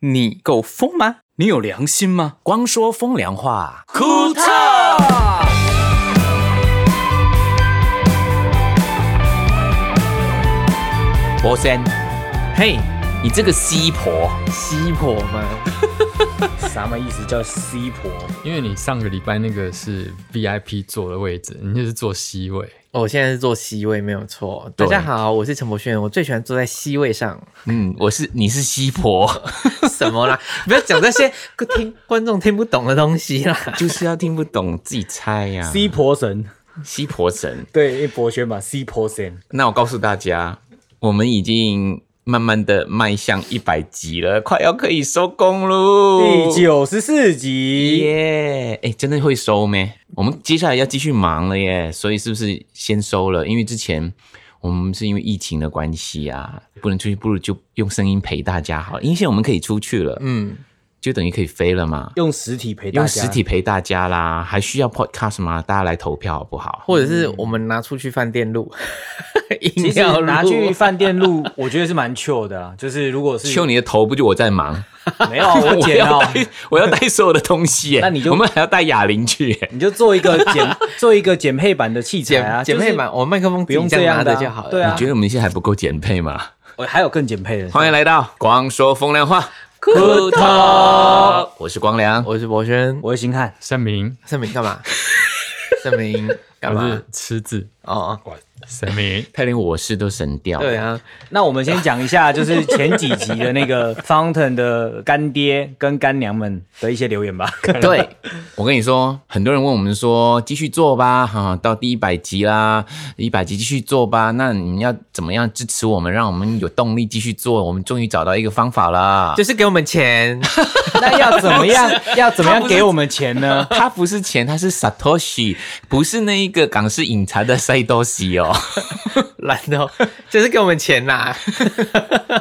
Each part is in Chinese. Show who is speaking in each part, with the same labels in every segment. Speaker 1: 你够疯吗？你有良心吗？
Speaker 2: 光说风凉话，
Speaker 1: 库特。
Speaker 2: 博森，嘿，你这个西婆，
Speaker 3: 西婆吗？什么意思叫西婆？
Speaker 4: 因为你上个礼拜那个是 VIP 坐的位置，你就是坐 C 位，
Speaker 3: 哦我现在是坐西位，没有错。大
Speaker 2: 对
Speaker 3: 家好，我是陈柏轩，我最喜欢坐在西位上。
Speaker 2: 嗯，我是你是西婆，
Speaker 3: 什么啦？ 不要讲这些听观众听不懂的东西啦。
Speaker 2: 就是要听不懂自己猜呀、
Speaker 5: 西婆神，
Speaker 2: 西婆神。
Speaker 5: 对，博轩嘛，西婆神，
Speaker 2: 那我告诉大家，我们已经慢慢的迈向一百集了，快要可以收工喽。
Speaker 5: 第九十四集，
Speaker 2: 耶！哎，真的会收咩？我们接下来要继续忙了耶，所以是不是先收了？因为之前我们是因为疫情的关系啊，不能出去，不如就用声音陪大家好了。因为现在我们可以出去了，
Speaker 3: 嗯，
Speaker 2: 就等于可以飞了嘛，
Speaker 5: 用实体陪大
Speaker 2: 用
Speaker 5: 家，
Speaker 2: 实体陪大家啦，还需要 podcast 吗？大家来投票好不好？
Speaker 3: 或者是我们拿出去饭店录，
Speaker 5: 嗯其
Speaker 3: 硬
Speaker 5: 实
Speaker 3: 要录
Speaker 5: 拿去饭店录，我觉得是蛮 chill 的啦。就是如果是
Speaker 2: 秀你的头，不就我在忙？
Speaker 5: 没有啊我
Speaker 2: 我
Speaker 5: 剪
Speaker 2: 要
Speaker 5: 到，
Speaker 2: 带，我要带所有的东西耶。
Speaker 5: 那你就
Speaker 2: 我们还要带哑铃去耶。
Speaker 5: 你就做一个减做一个减配版的器材啊，
Speaker 3: 减减
Speaker 5: 就是
Speaker 3: 配版，我麦克风
Speaker 5: 不用
Speaker 3: 自己这
Speaker 5: 这
Speaker 3: 样
Speaker 5: 样
Speaker 3: 拿着
Speaker 5: 的啊
Speaker 3: 就好了。
Speaker 5: 对啊
Speaker 2: 你觉得我们现在还不够减配吗？
Speaker 5: 我还有更减配的，
Speaker 2: 欢迎来到光说风凉话，
Speaker 3: 酷
Speaker 2: 头，我是光良。
Speaker 3: 我是博轩，
Speaker 5: 我会心看。
Speaker 4: 三明，
Speaker 3: 盛明干 嘛？盛明干
Speaker 4: 我
Speaker 3: 嘛
Speaker 4: 是？吃字，
Speaker 3: 哦，
Speaker 4: 三 明，
Speaker 2: 他连我是都神掉。
Speaker 3: 对，啊，
Speaker 5: 那我们先讲一下，就是前几集的那个 Fountain 的干爹跟干娘们的一些留言吧。
Speaker 2: 对，我跟你说，很多人问我们说，继续做吧，哈、到第一百集啦，一百集继续做吧。那你们要怎么样支持我们，让我们有动力继续做？我们终于找到一个方法了。
Speaker 3: 就是给我们 钱。
Speaker 5: 那要怎么样？要怎么样给我们钱呢？
Speaker 2: 它不是钱，它是 Satoshi，不是那一个港式饮茶的塞多西哦。
Speaker 3: 懒得哦，就是给我们钱啦。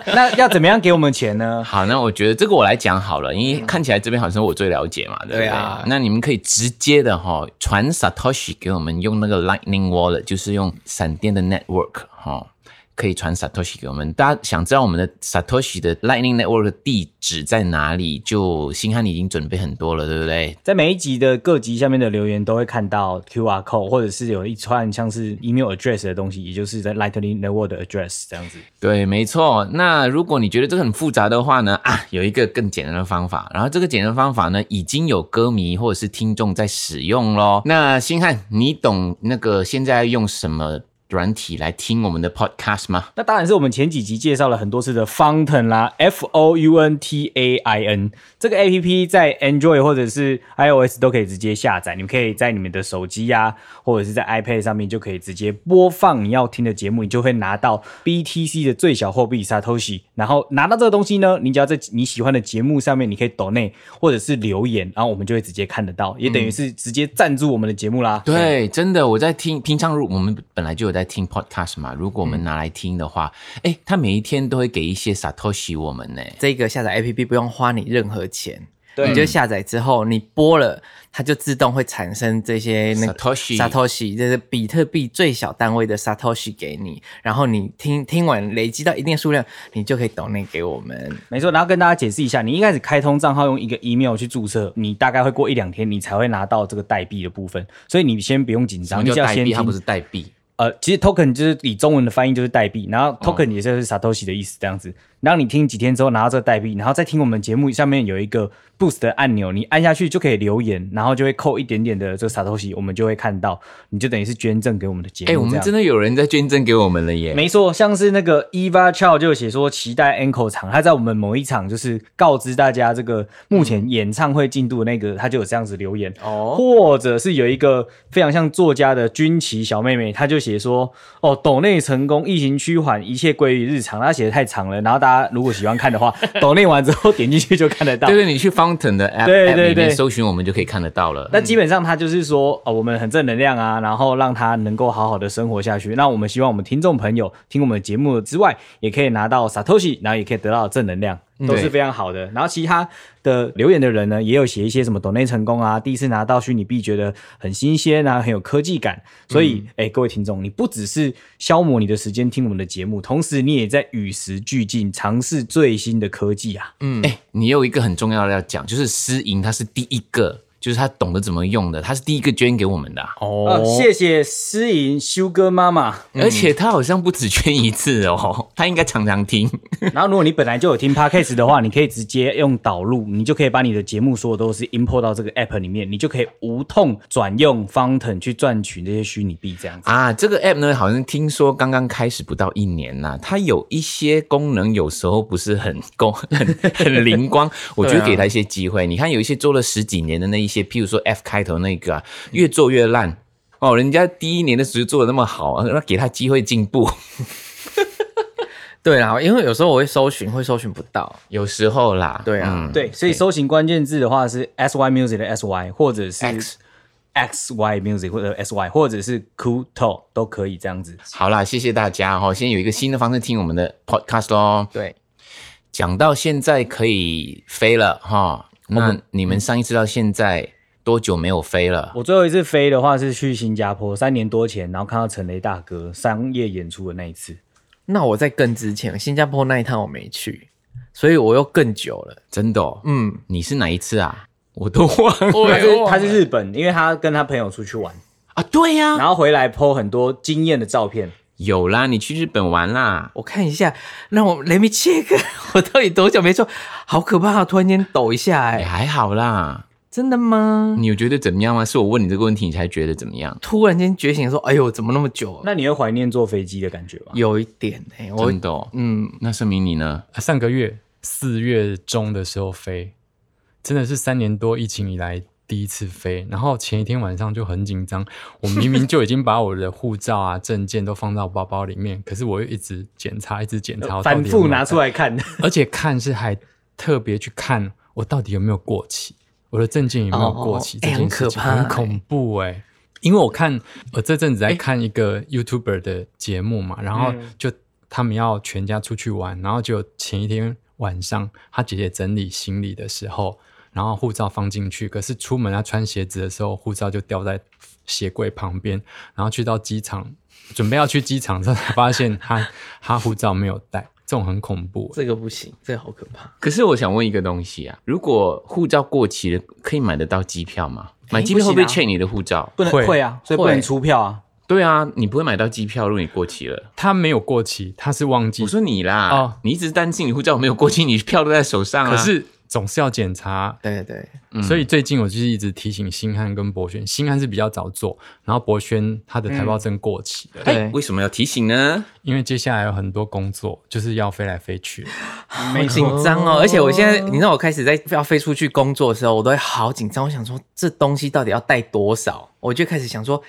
Speaker 5: 那要怎么样给我们钱呢？
Speaker 2: 好，那我觉得这个我来讲好了，因为看起来这边好像我最了解嘛，对不对？
Speaker 3: 对啊
Speaker 2: 那你们可以直接的哈、传 Satoshi 给我们，用那个 Lightning Wallet，就是用闪电的 Network 哈、可以传 Satoshi 给我们。大家想知道我们的 Satoshi 的 Lightning Network 的地址在哪里？就星汉已经准备很多了，对不对？
Speaker 5: 在每一集的各集下面的留言都会看到 QR code，或者是有一串像是 email address 的东西，也就是在 Lightning Network 的 address 这样子。
Speaker 2: 对，没错。那如果你觉得这个很复杂的话呢，啊，有一个更简单的方法。然后这个简单的方法呢，已经有歌迷或者是听众在使用咯。那星汉，你懂那个现在用什么软体来听我们的 podcast 吗？
Speaker 5: 那当然是我们前几集介绍了很多次的 Fountain 啦，F O U N T A I N 这个 A P P 在 Android 或者是 I O S 都可以直接下载，你们可以在你们的手机呀、或者是在 iPad 上面就可以直接播放你要听的节目，你就会拿到 B T C 的最小货币 Satoshi，然后拿到这个东西呢，你只要在你喜欢的节目上面，你可以 donate 或者是留言，然后我们就会直接看得到，也等于是直接赞助我们的节目啦。
Speaker 2: 对，真的，我在听。平常如我们本来就有在听 podcast 嘛，如果我们拿来听的话，哎、他每一天都会给一些 satoshi 我们呢。
Speaker 3: 这个下载 APP 不用花你任何钱，
Speaker 5: 对
Speaker 3: 你就下载之后，你播了，它就自动会产生这些那个
Speaker 2: Satoshi
Speaker 3: Satoshi，这是比特币最小单位的 Satoshi 给你，然后你听听完累积到一定数量，你就可以 donate 给我们。
Speaker 5: 没错，然后跟大家解释一下，你一开始开通账号用一个 email 去注册，你大概会过一两天，你才会拿到这个代币的部分，所以你先不用紧
Speaker 2: 什么
Speaker 5: 张，你
Speaker 2: 叫
Speaker 5: 只要
Speaker 2: 代
Speaker 5: 先
Speaker 2: 币？它
Speaker 5: 听
Speaker 2: 不是代币。
Speaker 5: 呃，其实 token 就是以中文的翻译就是代币，然
Speaker 2: 哦
Speaker 5: 后 token 也就是 Satoshi 的意思这样子。然后你听几天之后拿到这个代币，然后再听我们节目下面有一个 boost 的按钮，你按下去就可以留言，然后就会扣一点点的这个 Satoshi，我们就会看到，你就等于是捐赠给我们的节目
Speaker 2: 哎、
Speaker 5: 这样。
Speaker 2: 我们真的有人在捐赠给我们了耶！
Speaker 5: 没错，像是那个 Eva Chow 就有写说，期待 Anko 场，他在我们某一场就是告知大家这个目前演唱会进度的那个，他就有这样子留言
Speaker 3: 哦
Speaker 5: 或者是有一个非常像作家的军旗小妹妹，她就写说，哦，抖内成功，疫情趋缓，一切归于日常。她写的太长了，然后大家如果喜欢看的话，抖内完之后点进去就看得 到
Speaker 2: 对。对，你去 Fountain 的 app,
Speaker 5: 对
Speaker 2: app
Speaker 5: 对
Speaker 2: 里面
Speaker 5: 对
Speaker 2: 搜寻，我们就可以看得到了。
Speaker 5: 那基本上他就是说，呃，我们很正能量啊，然后让他能够好好的生活下去。那我们希望我们听众朋友听我们的节目之外，也可以拿到 Satoshi，然后也可以得到正能量。都是非常好的。然后其他的留言的人呢，也有写一些什么抖内成功啊，第一次拿到虚拟币觉得很新鲜啊，很有科技感。所以，哎、各位听众，你不只是消磨你的时间听我们的节目，同时你也在与时俱进，尝试最新的科技啊。
Speaker 2: 嗯，哎、你有一个很重要的要讲，就是私营它是第一个，就是他懂得怎么用的，他是第一个捐给我们的啊、
Speaker 5: 哦、谢谢思颖修哥妈妈。
Speaker 2: 而且他好像不止捐一次哦， 他应该常常听。
Speaker 5: 然后，如果你本来就有听 podcast 的话，你可以直接用导入，你就可以把你的节目所有都是 import 到这个 app 里面，你就可以无痛转用 Fountain 去赚取这些虚拟币，这样子。
Speaker 2: 啊，这个 app 呢，好像听说刚刚开始不到一年呐、它有一些功能有时候不是很够、 很很灵 光。
Speaker 3: 啊
Speaker 2: 我觉得给它一些机会。你看，有一些做了十几年的那一些，譬如说 F 开头那个、啊，越做越烂哦。人家第一年的时候做的那么好，那给他机会进步。
Speaker 3: 对啦，因为有时候我会搜寻，会搜寻不到。
Speaker 2: 有时候啦，
Speaker 3: 对啊
Speaker 2: 嗯
Speaker 5: 对，所以搜寻关键字的话是 SY Music 的 SY，或者是
Speaker 2: X
Speaker 5: XY Music 或者 SY，或者是 Kuto 都可以这样子。
Speaker 2: 好啦，谢谢大家哦。现在有一个新的方式听我们的 podcast 咯。
Speaker 3: 对，
Speaker 2: 讲到现在可以飞了
Speaker 3: 嗯
Speaker 2: 哈，那你们上一次到现在多久没有飞了？
Speaker 5: 我最后一次飞的话是去新加坡，三年多前，然后看到陈雷大哥商业演出的那一次。
Speaker 3: 那我在更之前，新加坡那一趟我没去，所以我又更久了。
Speaker 2: 真的、哦？
Speaker 3: 嗯，
Speaker 2: 你是哪一次啊？我都忘
Speaker 3: 哦
Speaker 2: 了
Speaker 5: 他是他是日本，因为他跟他朋友出去玩，
Speaker 2: 啊！对呀、
Speaker 5: 然后回来 PO 很多惊艳的照片。
Speaker 2: 有啦，你去日本玩啦。
Speaker 3: 我看一下，让我 let me check，我 到底多久没做？好可怕、啊！突然间抖一下、
Speaker 2: 哎、
Speaker 3: 哎，
Speaker 2: 还好啦。
Speaker 3: 真的吗？
Speaker 2: 你有觉得怎么样吗？是我问你这个问题，你才觉得怎么样？
Speaker 3: 突然间觉醒说，哎呦，怎么那么久？
Speaker 5: 那你会怀念坐飞机的感觉吗？
Speaker 3: 有一点哎、我
Speaker 2: 真的、哦？
Speaker 3: 嗯，
Speaker 2: 那证明你呢？
Speaker 4: 上个月四月中的时候飞，真的是三年多疫情以来第一次飞。然后前一天晚上就很紧张，我明明就已经把我的护照啊、证件都放到包包里面，可是我又一直检查，一直检查，我到底
Speaker 5: 反
Speaker 4: 有没有
Speaker 5: 复拿
Speaker 4: 带
Speaker 5: 出来看，
Speaker 4: 而且看是还特别去看我到底有没有过期，我的证件有没有过期
Speaker 3: 哦
Speaker 4: 这
Speaker 3: 哎
Speaker 4: 件事情，
Speaker 3: 很可怕
Speaker 4: 很恐怖哎、因为我看我这阵子在看一个 YouTuber 的节目嘛，然
Speaker 3: 哎
Speaker 4: 后就他们要全家出去玩，然后就前一天晚上他姐姐整理行李的时候，然后护照放进去，可是出门要穿鞋子的时候，护照就掉在鞋柜旁边，然后去到机场。准备要去机场之后，才发现他 他护照没有带，这种很恐怖、欸。
Speaker 3: 这个不行，这个好可怕。
Speaker 2: 可是我想问一个东西啊，如果护照过期了，可以买得到机票吗？买机票会不会
Speaker 3: 不行
Speaker 2: check 你的护照？
Speaker 5: 不能
Speaker 4: 会
Speaker 5: 会啊，所以不能
Speaker 3: 会
Speaker 5: 出票啊。
Speaker 2: 对啊，你不会买到机票，如果你过期了。
Speaker 4: 他没有过期，他是忘记
Speaker 2: 我。说你啦，
Speaker 4: 嗯哦
Speaker 2: 你一直担心你护照没有过期，你票都在手上啊。嗯
Speaker 4: 可是总是要检查，
Speaker 3: 对对，
Speaker 4: 所以最近我就是一直提醒星汉跟博轩，星汉是比较早做，然后博轩他的台胞证过期了，
Speaker 2: 哎、
Speaker 3: 对
Speaker 2: 为什么要提醒呢？
Speaker 4: 因为接下来有很多工作就是要飞来飞去，
Speaker 3: 好紧张哦！而且我现在，你知道我开始在要飞出去工作的时候，我都会好紧张。我想说，这东西到底要带多少？我就开始想说，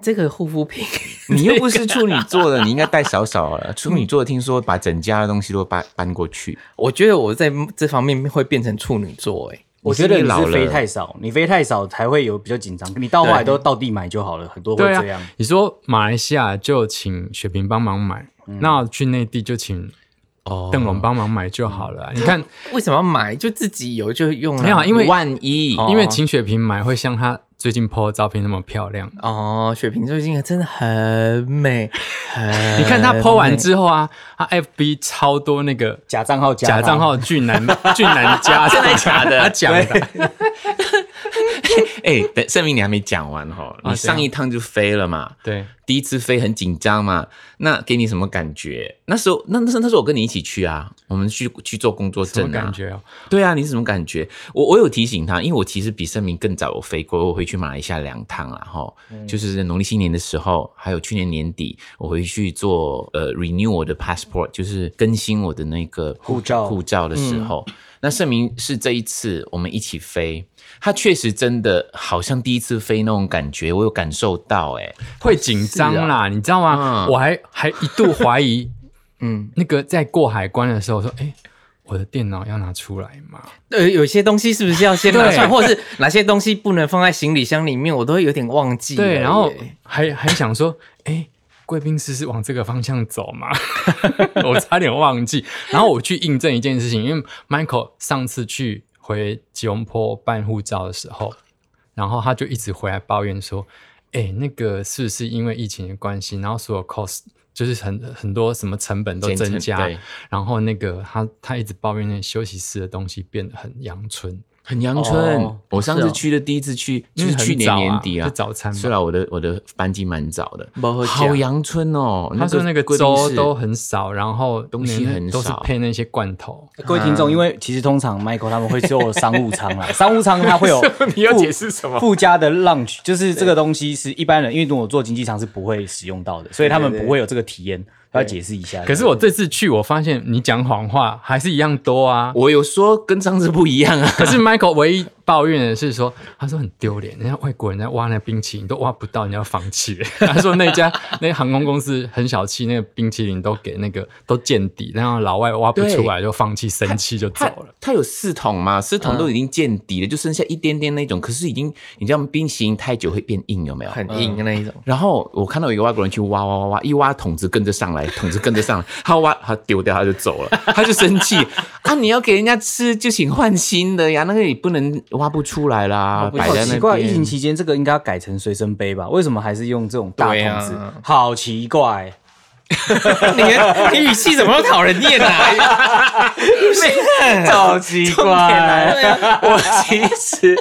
Speaker 3: 这个护肤品
Speaker 2: 你又不是处女座的，你应该带少少了。处女座听说把整家的东西都搬搬过去，
Speaker 3: 我觉得我在这方面会变成处女座哎、
Speaker 5: 我觉得
Speaker 2: 你
Speaker 5: 你
Speaker 2: 老
Speaker 5: 是
Speaker 2: 了
Speaker 5: 飞太少，你飞太少才会有比较紧张。你到后来都到地买就好了，很多会
Speaker 4: 对
Speaker 5: 这样
Speaker 4: 啊。，你说马来西亚就请雪萍帮忙买，那去内地就请
Speaker 2: 嗯哦嗯
Speaker 4: 邓龙帮忙买就好了啊、你看，
Speaker 3: 为什么要买？就自己有就用了。
Speaker 4: 没有啊因为
Speaker 2: 万一
Speaker 3: 哦
Speaker 4: 因为请雪萍买会像她最近 PO 的照片那么漂亮，
Speaker 3: 哦，雪萍最近真的很美，很
Speaker 4: 你看她 PO 完
Speaker 3: 美
Speaker 4: 之后啊，她 FB 超多那个
Speaker 5: 假账号
Speaker 4: 假账号俊男 俊男家， 真的假的？他讲的，
Speaker 2: 哎，等盛明你还没讲完哦，
Speaker 4: 啊
Speaker 2: 你上一趟就飞了嘛，
Speaker 4: 对，啊
Speaker 2: 第一次飞很紧张嘛，那给你什么感觉？那时候那那时候那时候我跟你一起去啊，我们去去做工作
Speaker 4: 什么
Speaker 2: 证啊
Speaker 4: 感，觉哦？
Speaker 2: 对啊，你是什么感觉？我我有提醒他，因为我其实比盛明更早有飞过，我回去马来西亚两趟啦，哈、
Speaker 3: 嗯
Speaker 2: 就是农历新年的时候，还有去年年底，我回去做呃 renew 我的 passport，就是更新我的那个
Speaker 5: 护照
Speaker 2: 护照的时候。
Speaker 3: 嗯
Speaker 2: 那盛明是这一次我们一起飞，他确实真的好像第一次飞那种感觉，我有感受到哎、
Speaker 4: 会紧张
Speaker 2: 是
Speaker 4: 啦，你知道吗？
Speaker 2: 嗯
Speaker 4: 我还还一度怀 疑，
Speaker 3: 嗯，
Speaker 4: 那个在过海关的时候说，哎，我的电脑要拿出来吗？
Speaker 3: 呃，有些东西是不是要先拿
Speaker 4: 对
Speaker 3: 出来，或者是哪些东西不能放在行李箱里面，我都会有点忘记了耶。
Speaker 4: 对，然后还还想说，哎，贵宾室是往这个方向走吗？ 我差点忘记。然后我去印证一件事情，因为 Michael 上次去回吉隆坡办护照的时候，然后他就一直回来抱怨说：“哎、那个是不是因为疫情的关系，然后所有 cost 就是很很多什么成本都
Speaker 2: 减
Speaker 4: 增
Speaker 2: 成
Speaker 4: 加
Speaker 2: 对，
Speaker 4: 然后那个他他一直抱怨那个休息室的东西变得很阳春。”
Speaker 2: 很阳春。
Speaker 3: 哦
Speaker 2: 我上次
Speaker 3: 是哦
Speaker 2: 去的第一次去就
Speaker 4: 因为
Speaker 2: 是
Speaker 4: 很
Speaker 2: 去年
Speaker 4: 早啊
Speaker 2: 年底啊，
Speaker 4: 就早餐嘛
Speaker 2: 虽然我的我的班机蛮早的，
Speaker 3: 没喝
Speaker 2: 好
Speaker 3: 酱
Speaker 2: 阳春哦。
Speaker 4: 他说那个
Speaker 2: 贵宾
Speaker 4: 粥
Speaker 2: 室
Speaker 4: 都很少，然后
Speaker 2: 东西
Speaker 4: 那
Speaker 2: 很
Speaker 4: 都是
Speaker 2: 少
Speaker 4: 配那些罐头。
Speaker 5: 各位听众，因为其实通常 Michael 他们会做商务舱啦，商务舱它会有
Speaker 2: 你要
Speaker 5: 附
Speaker 2: 解释什么
Speaker 5: 附加的 lunch，就是这个东西是一般人，因为如果做经济舱是不会使用到的，所以他们不会有这个体验。要解释一
Speaker 2: 哎
Speaker 5: 下。
Speaker 4: 可是我这次去，我发现你讲谎话还是一样多啊。
Speaker 2: 我有说跟上次不一样 啊。
Speaker 4: 可是 Michael 唯一抱怨的是说，他说很丢脸，人家外国人在挖那冰淇淋都挖不到，你要放 弃了。他说那家那个航空公司很小气，那个冰淇淋都给那个都见底，然后老外挖不出来就放弃，生气就走
Speaker 2: 它
Speaker 4: 了。
Speaker 2: 它有四桶嘛，四桶
Speaker 3: 嗯
Speaker 2: 都已经见底了，就剩下一点点那种。可是已经你知道冰淇淋太久会变硬，有没有？
Speaker 3: 很硬的那一种。
Speaker 2: 然后我看到有一个外国人去挖挖挖挖，一挖桶子跟着上来，桶子跟着上来，他挖他丢掉他就走了，他就生气啊！你要给人家吃就请换新的呀，那个也不能挖不出来啦，摆
Speaker 5: 好
Speaker 2: 在
Speaker 5: 哦奇
Speaker 2: 那
Speaker 5: 怪，疫情
Speaker 2: 边。
Speaker 5: 期间这个应该要改成随身杯吧？为什么还是用这种大
Speaker 3: 对
Speaker 5: 桶
Speaker 3: 啊
Speaker 5: 子？好奇怪，
Speaker 3: 你的你语气怎么那么讨人厌啊？
Speaker 5: 好奇
Speaker 3: 啊
Speaker 5: 怪。
Speaker 2: 我其实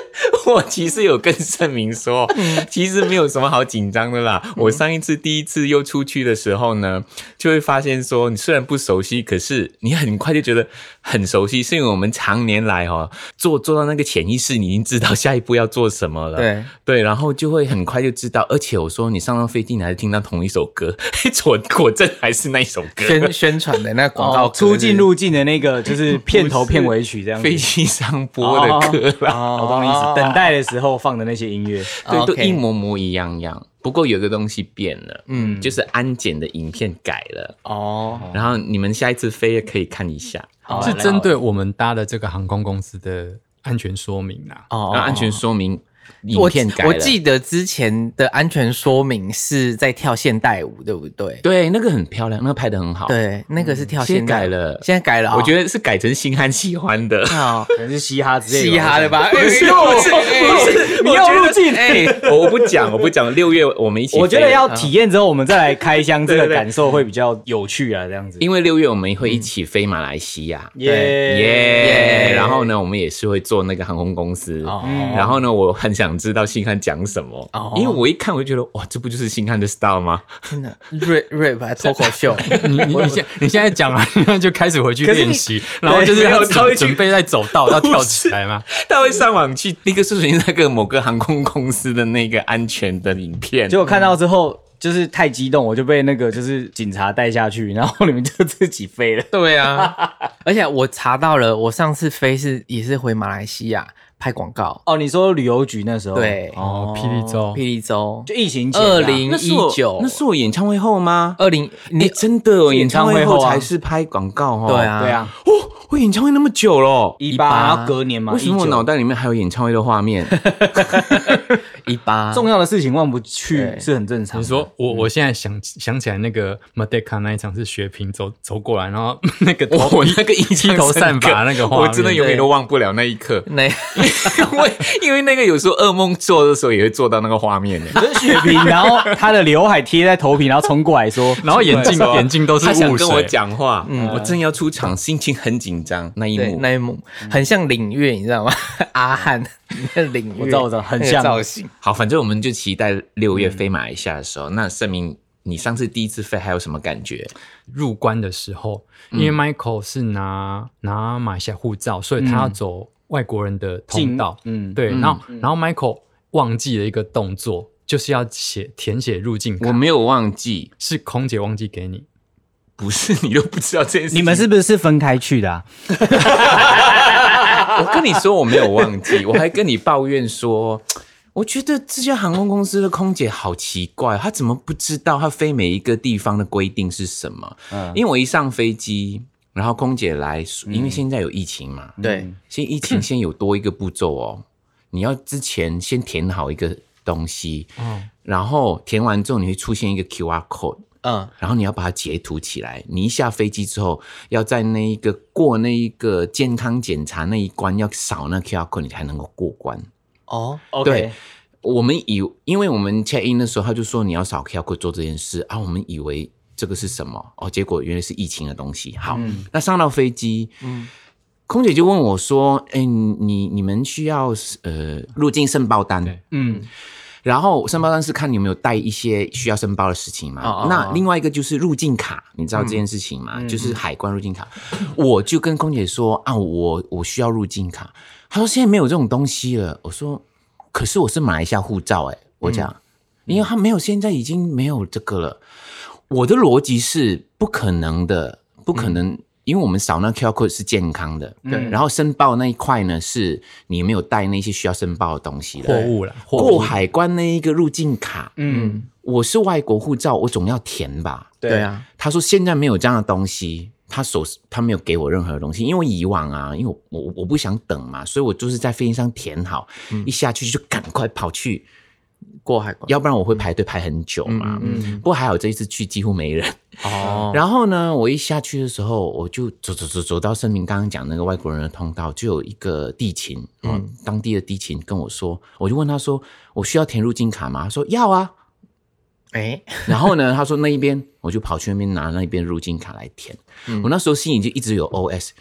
Speaker 2: 我其实有跟盛明说，
Speaker 3: 嗯
Speaker 2: 其实没有什么好紧张的啦。我上一次第一次又出去的时候呢，就会发现说，你虽然不熟悉，可是你很快就觉得很熟悉，是因为我们常年来哦做做到那个潜意识，你已经知道下一步要做什么了。
Speaker 3: 对
Speaker 2: 对，然后就会很快就知道。而且我说你上到飞机，你还是听到同一首歌， 哎果果真还是那一首歌。
Speaker 3: 宣宣传的那广告
Speaker 5: 哦
Speaker 3: 歌，
Speaker 5: 出境入境的 那个就是片头片尾曲这样子，
Speaker 2: 飞机上播的歌啦，
Speaker 5: 哦我懂你意思。等待的时候放的那些音乐，
Speaker 2: 对，都
Speaker 3: OK
Speaker 2: 一模模一样样。不过有一个东西变了，嗯，就是安检的影片改了，
Speaker 3: 哦，
Speaker 2: 然后你们下一次飞也可以看一下。
Speaker 5: 好
Speaker 4: 是
Speaker 5: 来
Speaker 4: 针对我们搭的这个航空公司的安全说明啦、啊。
Speaker 2: 然后安全说明影
Speaker 3: 哦我
Speaker 2: 片改了，
Speaker 3: 我记得之前的安全说明是在跳现代舞，对不对？
Speaker 2: 对那个很漂亮，那个拍的很好。，
Speaker 3: 对，那个是跳
Speaker 2: 哦现
Speaker 3: 现
Speaker 2: 在
Speaker 3: 代
Speaker 2: 改
Speaker 3: 舞
Speaker 2: 了，
Speaker 3: 现在改了啊，
Speaker 2: 我觉得是改成星汉喜欢的。
Speaker 3: 得好
Speaker 5: 可能是嘻哈之类的。
Speaker 3: 嘻哈的？吧？不是
Speaker 2: 不是 哎不是，
Speaker 5: 你要入 境。
Speaker 3: 哎，
Speaker 2: 我我不讲，我不讲。六月我们一起飞，
Speaker 5: 我觉得要体验之后，我们再来开
Speaker 3: 嗯
Speaker 5: 箱，这
Speaker 2: 对
Speaker 5: 个
Speaker 2: 对对
Speaker 5: 感受会比较有趣啊，这样子。
Speaker 2: 因为六月我们会一起飞马来西亚，
Speaker 5: 耶
Speaker 2: 耶！
Speaker 3: 耶
Speaker 2: 然后呢，我们也是会做那个航空公司。
Speaker 5: 嗯
Speaker 2: 然后呢，我很想知道星汉讲什么，
Speaker 3: 哦
Speaker 2: 因为我一看我就觉得，哇，这不就是星汉的 style 吗？
Speaker 3: 真的 rap rap 还脱口秀，
Speaker 4: 你你你现你现在讲啊， 你现在就开始回去
Speaker 2: 可是你
Speaker 4: 练习，然后就是
Speaker 2: 对
Speaker 4: 要
Speaker 2: 没有他会
Speaker 4: 准
Speaker 2: 去
Speaker 4: 准备在走 道要跳起来吗？
Speaker 2: 他会上网去那个搜寻那个某个航空公司的那个安全的影片
Speaker 5: 结，果看到之后，就是太激动，我就被那个就是警察带下去，然后你们就自己飞了。
Speaker 3: 对啊，而且我查到了，我上次飞是也是回马来西亚拍广告，
Speaker 5: 哦，你说旅游局那时候，
Speaker 3: 对
Speaker 4: 哦，霹雳州
Speaker 3: 霹，雳州
Speaker 5: 就疫情前啊
Speaker 3: 二零
Speaker 2: 那是我
Speaker 3: 19
Speaker 2: 那是我演唱会后吗？
Speaker 3: 二零
Speaker 2: 呃你
Speaker 3: 你
Speaker 2: 真的哦，演唱会
Speaker 5: 演唱
Speaker 2: 后
Speaker 5: 会后啊
Speaker 2: 才是拍广告哦。
Speaker 3: 对，啊
Speaker 5: 对，啊，
Speaker 2: 哦，我演唱会那么久了，
Speaker 5: 一
Speaker 3: 18
Speaker 5: 八，然后隔年嘛，
Speaker 2: 为什么我
Speaker 5: 19
Speaker 2: 脑袋里面还有演唱会的画面？
Speaker 3: 一八
Speaker 5: 重要的事情忘不去
Speaker 3: 对，
Speaker 5: 是很正常的。
Speaker 4: 你 说
Speaker 2: 嗯
Speaker 4: 我我现在想想起来那个 Madeka 那一场是学平走走过来，然后 那个
Speaker 2: 我
Speaker 4: 头
Speaker 2: 我那个印
Speaker 4: 披
Speaker 2: 象
Speaker 4: 头
Speaker 2: 深
Speaker 4: 散
Speaker 2: 刻
Speaker 4: 发那个画
Speaker 2: 我
Speaker 4: 面，
Speaker 2: 真的永远都忘不了那一刻
Speaker 3: 那
Speaker 2: 因为 因为那个有时候噩梦做的时候也会做到那个画面呢。
Speaker 5: 就是雪萍，然后她的刘海贴在头皮，然后冲过来说，
Speaker 2: 哦
Speaker 4: 然后眼镜眼镜都是
Speaker 2: 他想
Speaker 4: 雾
Speaker 2: 跟我
Speaker 4: 水，
Speaker 2: 讲话，我正要出场，心情很紧张嗯那一
Speaker 3: 对
Speaker 2: 幕。
Speaker 3: 那一幕很像领月，你知道吗？阿汉那领月，
Speaker 5: 我知道我知道很
Speaker 3: 那个
Speaker 5: 像
Speaker 3: 造型。
Speaker 2: 好，反正我们就期待六月飞马来西亚的时候。那盛明，你上次第一次飞还有什么感觉？
Speaker 4: 入关的时候，
Speaker 2: 嗯
Speaker 4: 因为 Michael 是拿拿马来西亚护照，所以他要走外国人的通道。
Speaker 5: 嗯，
Speaker 4: 对，
Speaker 2: 嗯
Speaker 4: 然后然后 Michael 忘记了一个动作，就是要写填写入境
Speaker 2: 我
Speaker 4: 卡，
Speaker 2: 没有忘记，
Speaker 4: 是空姐忘记给你。
Speaker 2: 不是你都不知道这件事情。
Speaker 5: 你们是不是是分开去的啊？
Speaker 2: 我跟你说，我没有忘 记，我还跟你抱怨说，我觉得这家航空公司的空姐好奇怪，她怎么不知道她飞每一个地方的规定是什么？
Speaker 5: 嗯
Speaker 2: 因为我一上飞机，然后空姐来，因为现在有疫情嘛，
Speaker 3: 对，
Speaker 2: 先疫情先有多一个步骤哦，你要之前先填好一个东西，然后填完之后你会出现一个 QR code，
Speaker 3: 嗯，
Speaker 2: 然后你要把它截图起来。你一下飞机之后，要在那一个过那一个健康检查那一关，要扫那 QR code，你才能够过关。
Speaker 3: 哦，
Speaker 2: 对，我们以因为我们 check in 的时候，他就说你要扫 QR code 做这件事啊，我们以为这个是什么哦，结果原来是疫情的东西。好，
Speaker 3: 嗯
Speaker 2: 那上到飞机，空姐就问我说：“哎、你你你们需要呃入境申报单？”
Speaker 4: 对
Speaker 5: 嗯，
Speaker 2: 然后申报单是看你有没有带一些需要申报的事情嘛。
Speaker 3: 哦哦哦
Speaker 2: 那另外一个就是入境卡，你知道这件事情吗？就是海关入境卡。我就跟空姐说啊，我我需要入境卡。她说现在没有这种东西了。我说，可是我是马来西亚护照哎、我讲，因为他没有，现在已经没有这个了。我的逻辑是不可能的，不可能，因为我们扫那 QR code 是健康的，
Speaker 5: 对
Speaker 2: 然后申报那一块呢，是你没有带那些需要申报的东西的
Speaker 4: 货物啦，货
Speaker 2: 过
Speaker 4: 物
Speaker 2: 海关那一个入境卡，
Speaker 5: 嗯，
Speaker 2: 我是外国护照，我总要填吧。
Speaker 3: 对，啊，
Speaker 2: 他说现在没有这样的东西，他手他没有给我任何的东西，因为以往啊，因为我我我不想等嘛，所以我就是在飞机上填好，一下去就赶快跑去，
Speaker 3: 嗯过海关
Speaker 2: 要不然我会排队排很久嘛。
Speaker 3: 嗯
Speaker 2: 不过还好这一次去几乎没人。
Speaker 3: 哦，
Speaker 2: 然后呢，我一下去的时候，我就走走走走到盛明刚刚讲那个外国人的通道，就有一个地勤，嗯，当地的地勤跟我说，我就问他说，我需要填入境卡吗？他说要啊。
Speaker 3: 哎，
Speaker 2: 然后呢，他说那一边，我就跑去那边拿那一边入境卡来填。我那时候心里就一直有 OS。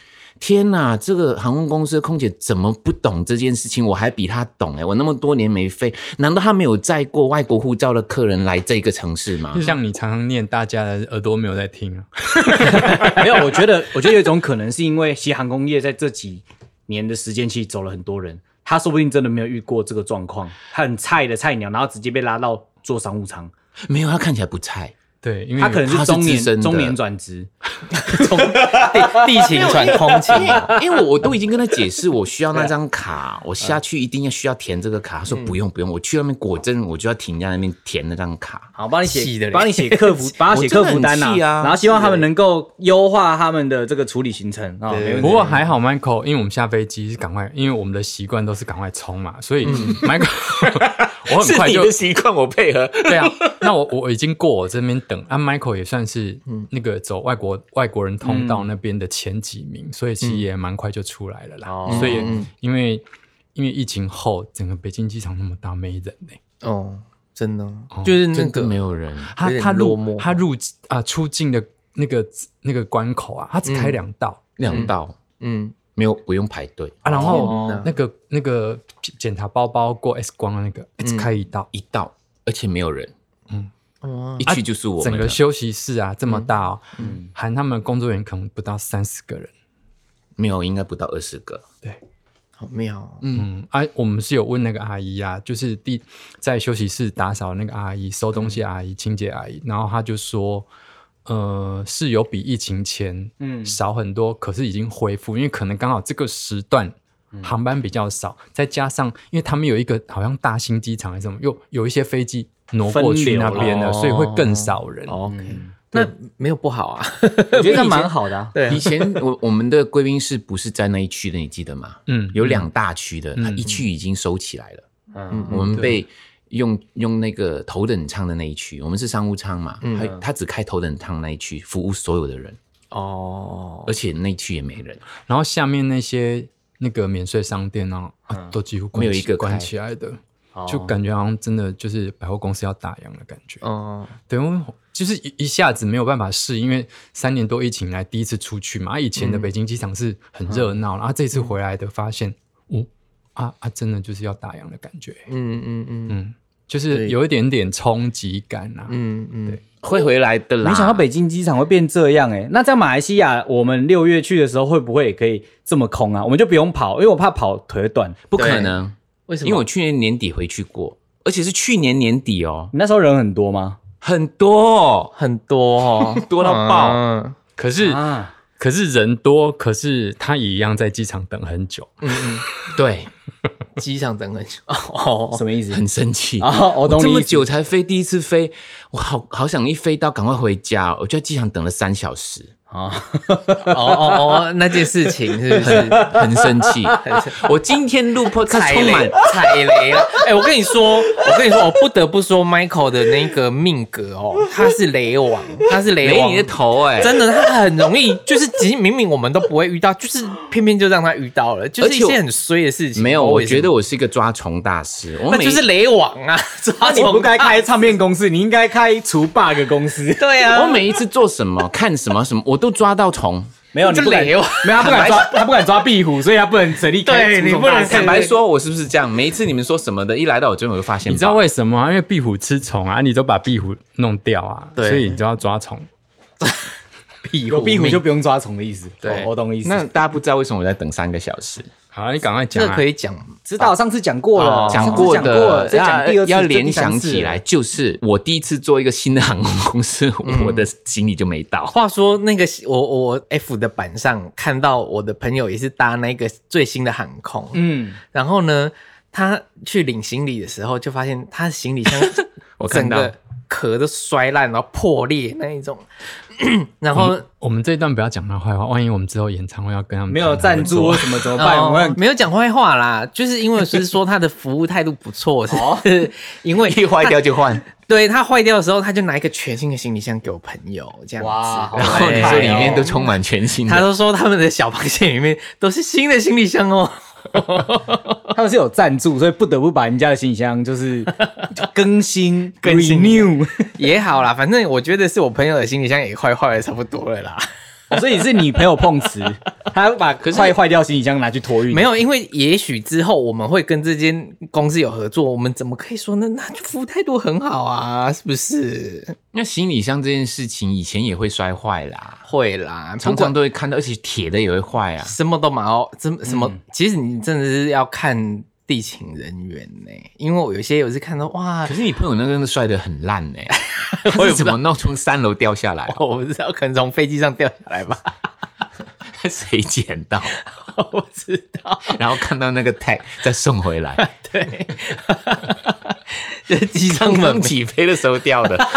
Speaker 2: 天呐，这个航空公司的空姐怎么不懂这件事情？我还比她懂哎、我那么多年没飞，难道她没有载过外国护照的客人来这个城市吗？
Speaker 4: 像你常常念，大家的耳朵没有在听啊。
Speaker 5: 没有，我觉得，我觉得有一种可能是因为，其实航空业在这几年的时间，其实走了很多人，他说不定真的没有遇过这个状况，他很菜的菜鸟，然后直接被拉到坐商务舱，
Speaker 2: 没有，她看起来不菜。
Speaker 4: 对，因为
Speaker 5: 他可能
Speaker 2: 他
Speaker 5: 是
Speaker 2: 是
Speaker 5: 中
Speaker 2: 资
Speaker 5: 年
Speaker 2: 深的
Speaker 5: 中年转职，
Speaker 3: 地地勤转空勤，
Speaker 2: 因为我我都已经跟他解释，我需要那张卡，我下去一定要需要填这个卡。他说不用不用，我去那边果真我就要停在那边填那张卡。
Speaker 5: 好，帮你
Speaker 3: 气的
Speaker 5: 写，
Speaker 3: 嘞
Speaker 5: 帮你写客 服，帮他写客服单
Speaker 2: 我真的很
Speaker 5: 呐、
Speaker 2: 气啊
Speaker 5: 然后希望他们能够优化他们的这个处理行程啊、没问
Speaker 4: 不
Speaker 5: 题。
Speaker 4: 过还好，Michael，因为我们下飞机是赶快，因为我们的习惯都是赶快冲嘛，所以
Speaker 5: 嗯
Speaker 4: Michael，我很快就
Speaker 2: 习惯，我配合。
Speaker 4: 对啊。那我我已经过我这边等啊，Michael 也算是
Speaker 5: 嗯
Speaker 4: 那个走外国外国人通道那边的前几
Speaker 5: 嗯
Speaker 4: 名，所以其实也蛮快就出来了啦。
Speaker 5: 哦
Speaker 4: 所以
Speaker 3: 嗯
Speaker 4: 因为因为疫情后，整个北京机场那么大没人呢、
Speaker 3: 哦，真的，就是那
Speaker 2: 真的嗯
Speaker 3: 个
Speaker 2: 没有人，
Speaker 4: 他
Speaker 3: 有点
Speaker 4: 他入
Speaker 3: 落寞
Speaker 4: 他入啊、出境的那个那个关口啊，他只开两道、
Speaker 2: 两道
Speaker 3: 嗯，
Speaker 2: 没有不用排队，
Speaker 4: 啊，然后
Speaker 3: 天哪
Speaker 4: 那个那个检查包包过 X 光的那个，
Speaker 3: 嗯
Speaker 4: 只开一道。
Speaker 2: 一道而且没有人，
Speaker 3: 哇嗯
Speaker 2: 一去就是我
Speaker 4: 啊整
Speaker 2: 们
Speaker 4: 个
Speaker 2: 的，
Speaker 4: 休息室啊这么大哦，含他们工作人员可能不到三十个人。
Speaker 2: 没有应该不到二十个。
Speaker 3: 好妙哦，
Speaker 4: 嗯，啊，我们是有问那个阿姨啊，就是第在休息室打扫那个阿姨、收东西的阿姨、清洁阿姨，然后她就说，呃，是有比疫情前
Speaker 5: 嗯
Speaker 4: 少很多，可是已经恢复，因为可能刚好这个时段。
Speaker 5: 嗯
Speaker 4: 航班比较少，再加上因为他们有一个好像大兴机场还是什么，又有一些飞机挪过去
Speaker 5: 分流
Speaker 4: 那
Speaker 5: 了哦
Speaker 4: 边了，
Speaker 3: 哦
Speaker 4: 所以会更少人。
Speaker 3: ，OK，那没有不好啊，
Speaker 5: 嗯我觉得这样蛮好的、啊。
Speaker 3: 对啊
Speaker 2: 以前我我们的贵宾室不是在那一区的，你记得吗？
Speaker 4: 嗯，
Speaker 2: 有两大区的，它一区已经收起来了。
Speaker 5: 嗯，
Speaker 2: 我们被用用那个头等舱的那一区，我们是商务舱嘛，他他只开头等舱那一区服务所有的人，
Speaker 3: 哦，
Speaker 2: 而且那一区也没人，
Speaker 4: 然后下面那些那个免税商店啊，啊都几乎
Speaker 2: 嗯
Speaker 4: 关
Speaker 2: 没有一个开哦
Speaker 4: 关起来的，就感觉好像真的就是百货公司要打烊的感
Speaker 2: 嗯
Speaker 4: 觉。
Speaker 3: 哦，
Speaker 4: 对，因为就是一一下子没有办法试，因为三年多疫情来第一次出去嘛，啊以
Speaker 2: 嗯
Speaker 4: 前的北京机场是很热闹，然后这次回来的发现，哦啊啊，真的就是要打烊的感觉，
Speaker 3: 嗯嗯嗯
Speaker 4: 嗯，就是有一点点冲击感啊。
Speaker 3: 嗯嗯，
Speaker 2: 会回来的啦。
Speaker 5: 没想到北京机场会变这样哎、那在马来西亚，我们六月去的时候会不会也可以这么空啊？我们就不用跑，因为我怕跑腿会断。
Speaker 2: 不可能，
Speaker 3: 为什么？
Speaker 2: 因为我去年年底回去过，而且是去年年底哦，
Speaker 5: 你那时候人很多吗？
Speaker 2: 很多哦，
Speaker 3: 很多哦，
Speaker 2: 多到爆
Speaker 3: 嗯
Speaker 4: 可是、
Speaker 5: 啊，
Speaker 4: 可是人多，可是他也一样在机场等很久。
Speaker 2: 对，
Speaker 3: 机场等很久 哦，
Speaker 5: 什么意思？
Speaker 2: 很生气
Speaker 5: 啊我懂你
Speaker 2: 这么
Speaker 5: 意思
Speaker 2: 久才飞，第一次飞，我好好想一飞到赶快回家哦，我就在机场等了三小时，
Speaker 5: 啊
Speaker 3: 哦哦哦哦，那件事情是不是？
Speaker 2: 很生 气。我今天录 podcast
Speaker 3: 踩
Speaker 2: 充满
Speaker 3: 雷，踩雷了！哎、我跟你说，我跟你说，我不得不说，Michael 的那个命格哦，他是雷王，他是雷
Speaker 2: 雷
Speaker 3: 王，
Speaker 2: 你的头哎、
Speaker 3: 真的，他很容易，就是即明明我们都不会遇到，就是偏偏就让他遇到了，就是
Speaker 2: 而
Speaker 3: 一
Speaker 2: 且我
Speaker 3: 些很衰的事情。
Speaker 2: 没有，我觉得
Speaker 3: 我
Speaker 2: 我是一个抓虫大师。我
Speaker 3: 那
Speaker 2: 每
Speaker 3: 就是雷网 啊，抓
Speaker 5: 你
Speaker 3: 虫。
Speaker 5: 不该开唱片公司，你应该开除 bug 公司
Speaker 3: 对啊，
Speaker 2: 我每一次做什么、 看什么、什么，我都抓到虫。
Speaker 5: 没有，你不敢，
Speaker 3: 这雷哦
Speaker 5: 没有，他不敢 抓，他不敢抓壁虎，所以他不能成立开
Speaker 3: 对
Speaker 5: 除
Speaker 3: 你
Speaker 5: 虫
Speaker 3: 不能
Speaker 5: 大师
Speaker 2: 坦白说，我是不是这样？每一次你们说什么的，一来到我这边，我就发现，
Speaker 4: 你知道为什么吗？因为壁虎吃虫啊，你都把壁虎弄掉啊，
Speaker 3: 对
Speaker 4: 所以你就要抓虫。
Speaker 3: 壁
Speaker 5: 有
Speaker 3: 虎，
Speaker 5: 壁虎就不用抓虫的意思。哦
Speaker 3: 对
Speaker 5: 我我懂意思。
Speaker 2: 那大家不知道为什么我在等三个小时？
Speaker 4: 好，你赶快讲、
Speaker 3: 这
Speaker 4: 啊。
Speaker 3: 个可以讲吗。
Speaker 5: 知道上次讲过了
Speaker 3: 哦，
Speaker 5: 上
Speaker 2: 啊讲
Speaker 5: 次
Speaker 2: 过
Speaker 5: 讲过了
Speaker 2: 的，
Speaker 5: 再讲第二次
Speaker 2: 要
Speaker 5: 再第
Speaker 2: 联
Speaker 5: 三
Speaker 2: 想
Speaker 5: 次
Speaker 2: 起来，就是我第一次做一个新的航空公 司，我的行李就没 到。
Speaker 3: 话说那个我我 F 的板上看到我的朋友也是搭那个最新的航空，
Speaker 5: 嗯，
Speaker 3: 然后呢，他去领行李的时候就发现他的行李 箱
Speaker 2: 我看
Speaker 3: 整
Speaker 2: 到
Speaker 3: 个壳都摔烂，然后破裂那一种， 然
Speaker 4: 我
Speaker 3: 后
Speaker 4: 们我们这一段不要讲他坏话，万一我们之后演唱会要跟他们
Speaker 5: 没
Speaker 4: 谈
Speaker 5: 有
Speaker 4: 啊
Speaker 5: 赞
Speaker 4: 合
Speaker 5: 助
Speaker 4: 作
Speaker 5: 或什么怎么办？我
Speaker 3: 哦，
Speaker 5: 们
Speaker 3: 没有讲坏话啦， 就是因为是说他的服务态度不错，是、因 为
Speaker 2: 一坏掉就换，
Speaker 3: 对他坏掉的时候，他就拿一个全新的行李箱给我朋友这样
Speaker 5: 哇
Speaker 3: 子，
Speaker 5: 好
Speaker 2: 然
Speaker 3: 然
Speaker 5: 厉
Speaker 3: 后
Speaker 2: 后
Speaker 5: 害
Speaker 2: 你
Speaker 5: 哦
Speaker 2: 说里 面都充满全新
Speaker 3: 他
Speaker 2: 的，
Speaker 3: 都说他们的小螃蟹里面都是新的行李箱哦，
Speaker 5: 他们是有赞助，所以不得不把人家的行李箱就是 更新、
Speaker 3: 更新
Speaker 5: renew。
Speaker 3: 也好啦，反正我觉得是我朋友的行李箱也坏坏的差不多了啦。
Speaker 5: 哦所以是你朋友碰 瓷，他把快坏掉行李箱拿去托运，
Speaker 3: 没
Speaker 5: 有
Speaker 3: 有，因为也许之后我们会跟这间公司有合作，我们怎么可以说呢？那就服务态度很好啊，是不是？
Speaker 2: 那行李箱这件事情以前也会摔坏 啦，
Speaker 3: 会啦，不
Speaker 2: 常
Speaker 3: 管
Speaker 2: 常都会看到，而且铁的也会坏啊。
Speaker 3: 什么都蛮好，真什么，其实你真的是要看地勤人员呢、因为我有些有时看到 哇
Speaker 2: 可，是你朋友那个真的摔得很烂 哎、欸，他是怎么弄从三楼掉 下来、哦？
Speaker 3: 我不知道，可能从飞机上掉下来吧，
Speaker 2: 谁捡 到？
Speaker 3: 我不知道。
Speaker 2: 然后看到那个 tag 再送回 来，
Speaker 3: 对，这机上
Speaker 2: 刚
Speaker 3: 门
Speaker 2: 刚起飞的时候掉 的。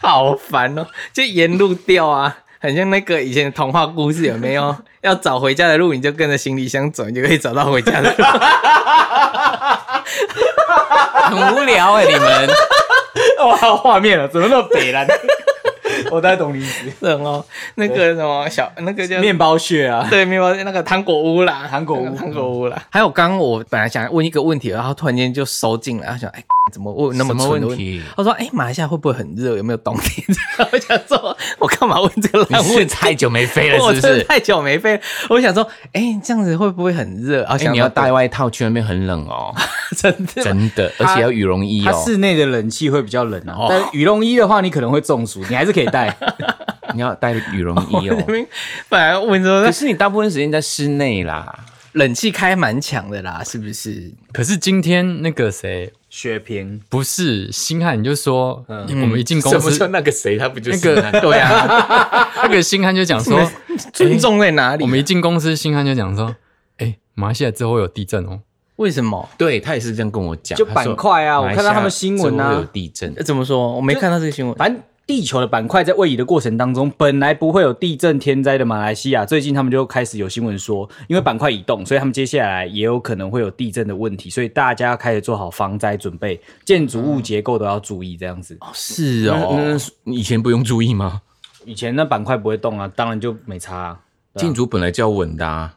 Speaker 3: 好烦哦，就沿路掉啊，很像那个以前的童话故事有没有？要找回家的路，你就跟着行李箱走，你就可以找到回家的路。
Speaker 2: 很无聊哎、你们
Speaker 5: 哇画面了，怎么那么北蓝？ 我大概懂你意思，
Speaker 3: 哦，那个什么小，那个叫
Speaker 5: 面包屑啊，
Speaker 3: 对，面包店那个糖果屋啦，
Speaker 5: 糖果屋
Speaker 3: 那个糖果屋啦。还有刚刚我本来想问一个问题，然后突然间就收进来，然后想，哎， 怎么问那么
Speaker 2: 什么
Speaker 3: 蠢的
Speaker 2: 问题
Speaker 3: 他说，哎，马来西亚会不会很热？有没有冬天？我想说，我干嘛问这个
Speaker 2: 你
Speaker 3: 烂
Speaker 2: 是
Speaker 3: 问题？
Speaker 2: 太久没飞 了，
Speaker 3: 我
Speaker 2: 是不
Speaker 3: 真的
Speaker 2: 是？
Speaker 3: 太久没飞了，我想说，哎，这样子会不会很热？而
Speaker 2: 而且
Speaker 3: 且
Speaker 2: 哎你要带外套去外面很冷哦，
Speaker 3: 真的吗
Speaker 2: 真的，而且要羽绒衣
Speaker 5: 它
Speaker 2: 哦。
Speaker 5: 室内的冷气会比较冷啊，但羽绒衣的话，你可能会中暑，你还是可以带。
Speaker 2: 你要带羽绒衣
Speaker 3: 我
Speaker 2: 哦
Speaker 3: 那。边本来问
Speaker 2: 可
Speaker 3: 说
Speaker 2: 是你大部分时间在室内啦，
Speaker 3: 冷气开蛮强的啦，是不是？
Speaker 4: 可是今天那个谁
Speaker 5: 雪瓶，
Speaker 4: 不是星汉，你就说、我们一进公
Speaker 2: 什么时候
Speaker 4: 司，
Speaker 2: 那个谁他不就
Speaker 4: 那
Speaker 2: 是
Speaker 4: 个对啊， 那个星汉就讲说，
Speaker 3: 尊重在哪里
Speaker 4: 我
Speaker 3: 啊？
Speaker 4: 们一进公司，星汉就讲说，哎、马来西亚之后有地震哦，
Speaker 3: 为什么？
Speaker 2: 对他也是这样跟我讲，
Speaker 5: 就
Speaker 2: 他说
Speaker 5: 板块啊我看到他们新闻啊
Speaker 2: 马来西亚之后会有地震
Speaker 3: 呃，怎么说？我没看到这个新闻。
Speaker 5: 反正地球的板块在位移的过程当中，本来不会有地震天灾的马来西亚，最近他们就开始有新闻说，因为板块移动，所以他们接下来也有可能会有地震的问题，所以大家要开始做好防灾准备，建筑物结构都要注意这样子。
Speaker 3: 是
Speaker 2: 那
Speaker 3: 哦，
Speaker 2: 那你以前不用注意吗？
Speaker 5: 以前那板块不会动啊，当然就没差、啊。
Speaker 2: 建筑本来就要稳的啊。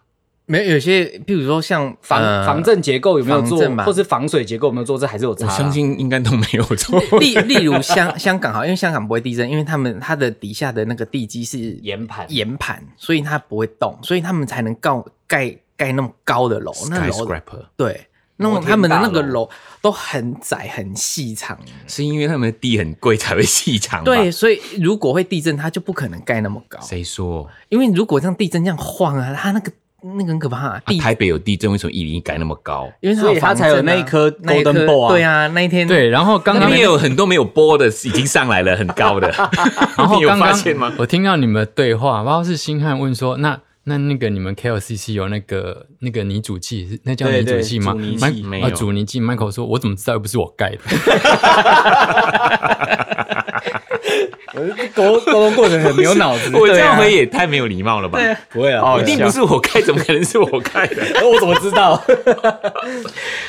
Speaker 3: 没有有些，譬如说像
Speaker 5: 防、
Speaker 3: 呃
Speaker 5: 防震结构有没有做
Speaker 3: 防震，吧
Speaker 5: 或是防水结构有没有做，这还是有差、
Speaker 2: 我
Speaker 5: 啊。
Speaker 2: 相信应该都没有错。
Speaker 3: 例例如香 香港哈，因为香港不会地震，因为他们它的底下的那个地基是
Speaker 5: 岩盘
Speaker 3: 岩盘，所以它不会动，所以他们才能盖盖盖那么高的楼，
Speaker 2: 哦
Speaker 3: 那楼
Speaker 2: Skyscraper
Speaker 3: 对，那
Speaker 5: 摩
Speaker 3: 种
Speaker 5: 天
Speaker 3: 他们的那个
Speaker 5: 大
Speaker 3: 楼都很窄很细长，
Speaker 2: 是因为他们的地很贵才会细长吧？
Speaker 3: 对，，所以如果会地震，它就不可能盖那么高，
Speaker 2: 谁说、
Speaker 3: 因为如果像地震这样晃啊，它那个那个很可怕、啊，
Speaker 2: 啊
Speaker 3: 地、
Speaker 2: 台北有地震，为什么一零一改那么高？
Speaker 3: 因为
Speaker 5: 所以
Speaker 3: 有
Speaker 5: 它
Speaker 3: 防
Speaker 5: 才有
Speaker 3: 震
Speaker 5: 那
Speaker 3: 啊
Speaker 5: 一颗
Speaker 3: 那一
Speaker 5: golden
Speaker 3: 颗
Speaker 5: ball 啊
Speaker 3: 对啊，那一天
Speaker 4: 对，然后刚
Speaker 2: 那
Speaker 4: 刚
Speaker 2: 边有很多没有波的，已经上来了，很高的。
Speaker 4: 然后
Speaker 2: 你有
Speaker 4: 刚
Speaker 2: 发
Speaker 4: 刚
Speaker 2: 现吗？
Speaker 4: 我听到你们的对话，不知道是星汉问说，那那那个你们 KLCC 有那个那个泥煮器，是那叫
Speaker 5: 对
Speaker 4: 泥
Speaker 5: 对
Speaker 4: 煮器吗？
Speaker 5: 阻尼器
Speaker 4: Mike-
Speaker 2: 没
Speaker 4: 哦
Speaker 2: 有
Speaker 4: 阻尼器。Michael 说，我怎么知道又不是我盖的？
Speaker 5: 沟沟通过程很没有脑 子，
Speaker 2: 我这样回也太没有礼貌了吧？
Speaker 5: 不会啊，
Speaker 2: 哦，一定不是啊我开，怎么可能是我开 的？
Speaker 5: 我怎么知道？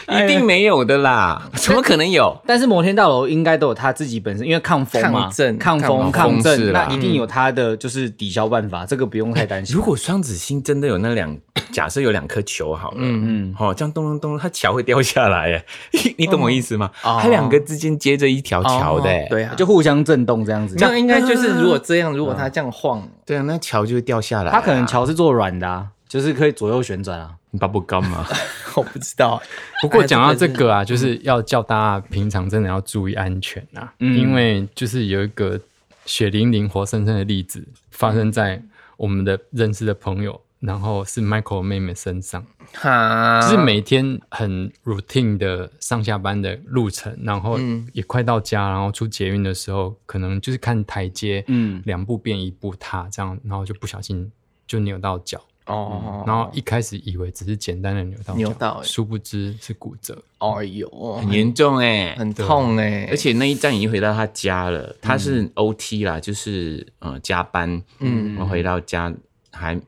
Speaker 2: 一定没有的啦，怎么可能有？
Speaker 5: 但是摩天大楼应该都有它自己本身，因为抗风嘛，
Speaker 3: 抗震
Speaker 5: 抗风、
Speaker 2: 抗风
Speaker 5: 抗
Speaker 2: 是
Speaker 5: 震，
Speaker 2: 啦
Speaker 5: 那一定有它的就是抵消办法，这个不用太担
Speaker 3: 嗯
Speaker 5: 心。
Speaker 2: 如果双子星真的有那两，假设有两颗球好了，嗯嗯，好、这样咚咚咚，它桥会掉下来， 哎，你懂我意思吗？它两个之间接着一条桥的，哎
Speaker 3: 对啊，
Speaker 5: 就互相震动这样啊子，
Speaker 3: 这样应该就是如果这样，如果他这样晃，
Speaker 2: 对啊，那桥就会掉下来啊、
Speaker 5: 它可能桥是做软的、啊，就是可以左右旋转啊。
Speaker 2: 你把不干嘛？
Speaker 3: 我不知道，
Speaker 4: 不过讲到这个
Speaker 2: 哎
Speaker 4: 啊，就是要叫大家平常真的要注意安全啊，
Speaker 2: 嗯
Speaker 4: 因为就是有一个血淋淋、活生生的例子发生在
Speaker 2: 嗯
Speaker 4: 我们的认识的朋友，然后是 Michael 妹妹身上，
Speaker 3: 哈，
Speaker 4: 就是每天很 routine 的上下班的路程，然后
Speaker 3: 嗯
Speaker 4: 也快到家，然后出捷运的时候，可能就是看台阶，
Speaker 5: 嗯
Speaker 4: 嗯，两步变一步踏这样，然后就不小心就扭到脚，
Speaker 3: 哦，
Speaker 4: 然后一开始以为只是简单的扭到脚，
Speaker 3: 扭到欸
Speaker 4: 殊不知是骨折。
Speaker 3: 哎呦，
Speaker 2: 很严重哎、
Speaker 3: 很痛哎，
Speaker 2: 而且那一站已经回到他家了，他是 OT 啦，就是呃加班，嗯，回到家还。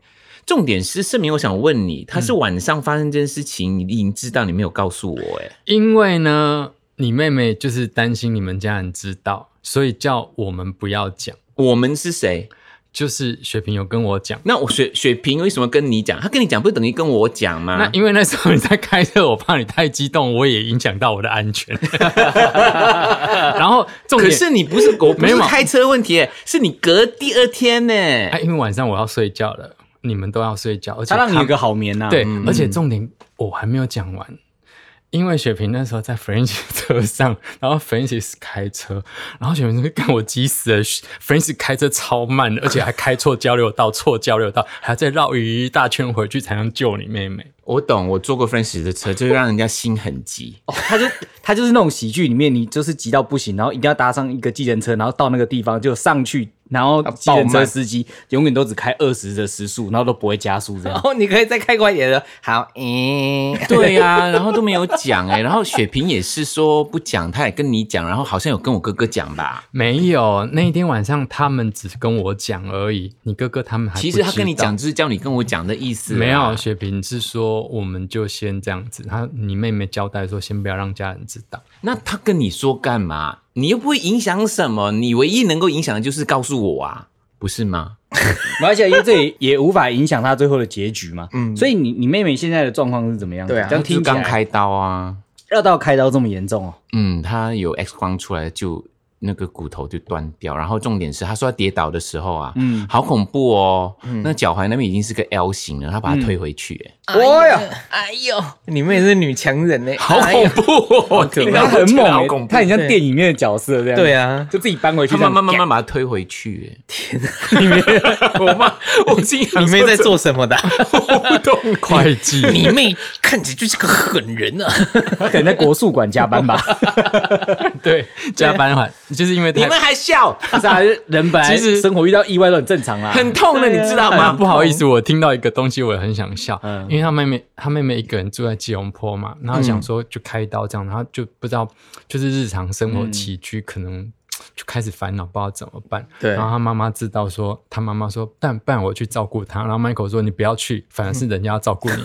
Speaker 2: 重点是盛明，我想问你，他是晚上发生这件事情，你已经知道，你没有告诉我、哎，
Speaker 4: 因为呢，你妹妹就是担心你们家人知道，所以叫我们不要讲。
Speaker 2: 我们是谁？
Speaker 4: 就是雪萍有跟我讲，
Speaker 2: 那我雪雪萍为什么跟你讲？他跟你讲不是等于跟我讲
Speaker 5: 啊
Speaker 4: 那
Speaker 2: 吗？
Speaker 4: 因为那时候你在开车，我怕你太激动，我也影响到我的安全。 然后重
Speaker 2: 可
Speaker 4: 点
Speaker 2: 是你不是狗，不
Speaker 4: 没
Speaker 2: 是
Speaker 4: 有
Speaker 2: 开车问题、哎是你隔第二天欸呢、
Speaker 4: 哎，因为晚上我要睡觉了，你们都要睡觉，而且
Speaker 5: 它让你
Speaker 4: 他
Speaker 5: 有个嗯好眠呐、啊。
Speaker 4: 对，，而且重点我还没有讲完，因为雪萍那时候在 Francis 车上，然后 Francis 开车，然后雪萍说：“干我急死了！”Francis 开车超慢的，而且还开错交流道，错交流道，还要再绕一大圈回去才能救你妹妹。
Speaker 2: 我懂，我坐过 Francis 的 车，就是让人家心很急。
Speaker 5: 哦它就它就是那种喜剧里面，你就是急到不行，然后一定要搭上一个计程车，然后到那个地方就上去，然后
Speaker 3: 啊
Speaker 5: 计程车司机永远都只开二十的时速，然后都不会加速这样
Speaker 3: 然。哦后你可以再开快一点的，好，嗯，
Speaker 2: 对呀、然后都没有讲哎、然后雪萍也是说不讲，她也跟你讲，然后好像有跟我哥哥讲吧。
Speaker 4: 没有，那一天晚上他们只跟我讲而已，你哥哥他们还不
Speaker 2: 其实她跟你
Speaker 4: 知道
Speaker 2: 讲，。啊就是叫你跟我讲的意思。
Speaker 4: 没有，，雪萍是说我们就先这样子。她你妹妹交代说，先不要让家人知道。
Speaker 2: 那她跟你说干嘛？你又不会影响什么，你唯一能够影响的就是告诉我啊，不是吗？
Speaker 5: 而且因为这也也无法影响他最后的结局嘛。嗯，所以你你妹妹现在的状况是怎么样？
Speaker 3: 对啊
Speaker 5: 这样
Speaker 2: 就是
Speaker 5: 听起
Speaker 2: 刚
Speaker 5: 来
Speaker 2: 开刀啊，
Speaker 5: 要到开刀这么严重哦。
Speaker 2: 嗯，她有 X 光出来就。那个骨头就断掉，然后重点是，她说她跌倒的时候啊，嗯，好恐怖哦，那脚踝那边已经是个 L 型了，她把它推回去、哎
Speaker 3: 哎呀，哎呦，你们也是女强人呢，
Speaker 2: 好
Speaker 3: 哎呦
Speaker 2: 恐怖哦，听到我
Speaker 5: 他很
Speaker 2: 觉
Speaker 5: 猛
Speaker 2: 得好
Speaker 5: 欸
Speaker 2: 恐，怖哦
Speaker 5: 他很像电影里面的角色这样。
Speaker 3: 对，啊，
Speaker 5: 就自己搬回去
Speaker 2: 他
Speaker 5: 这样。
Speaker 2: 慢慢慢慢把它推回去。
Speaker 4: 我妈，
Speaker 2: 我经常
Speaker 3: 你妹在做什么 的？
Speaker 4: 会计，
Speaker 3: 你妹看起来就是个狠人啊！
Speaker 5: 他可能在国术馆加班吧。
Speaker 4: 对，加班晚，就是因为
Speaker 2: 你
Speaker 4: 太
Speaker 2: 们还笑，
Speaker 5: 不是啊，人本来
Speaker 4: 其实
Speaker 5: 生活遇到意外都很正常啦。
Speaker 2: 很痛的，你知道吗？
Speaker 4: 不好意思，我听到一个东西，我也很想笑，
Speaker 5: 嗯
Speaker 4: 因为他妹妹，他妹妹一个人住在吉隆坡嘛，然后想说就开刀这样，然后就不知道就是日常生
Speaker 2: 嗯
Speaker 4: 活起居可能。就开始烦恼，不知道怎么办。
Speaker 3: 对
Speaker 4: 然后他妈妈知道说，他妈妈说，但不然我去照顾他。然后 Michael 说，你不要去，反而是人家要照顾你。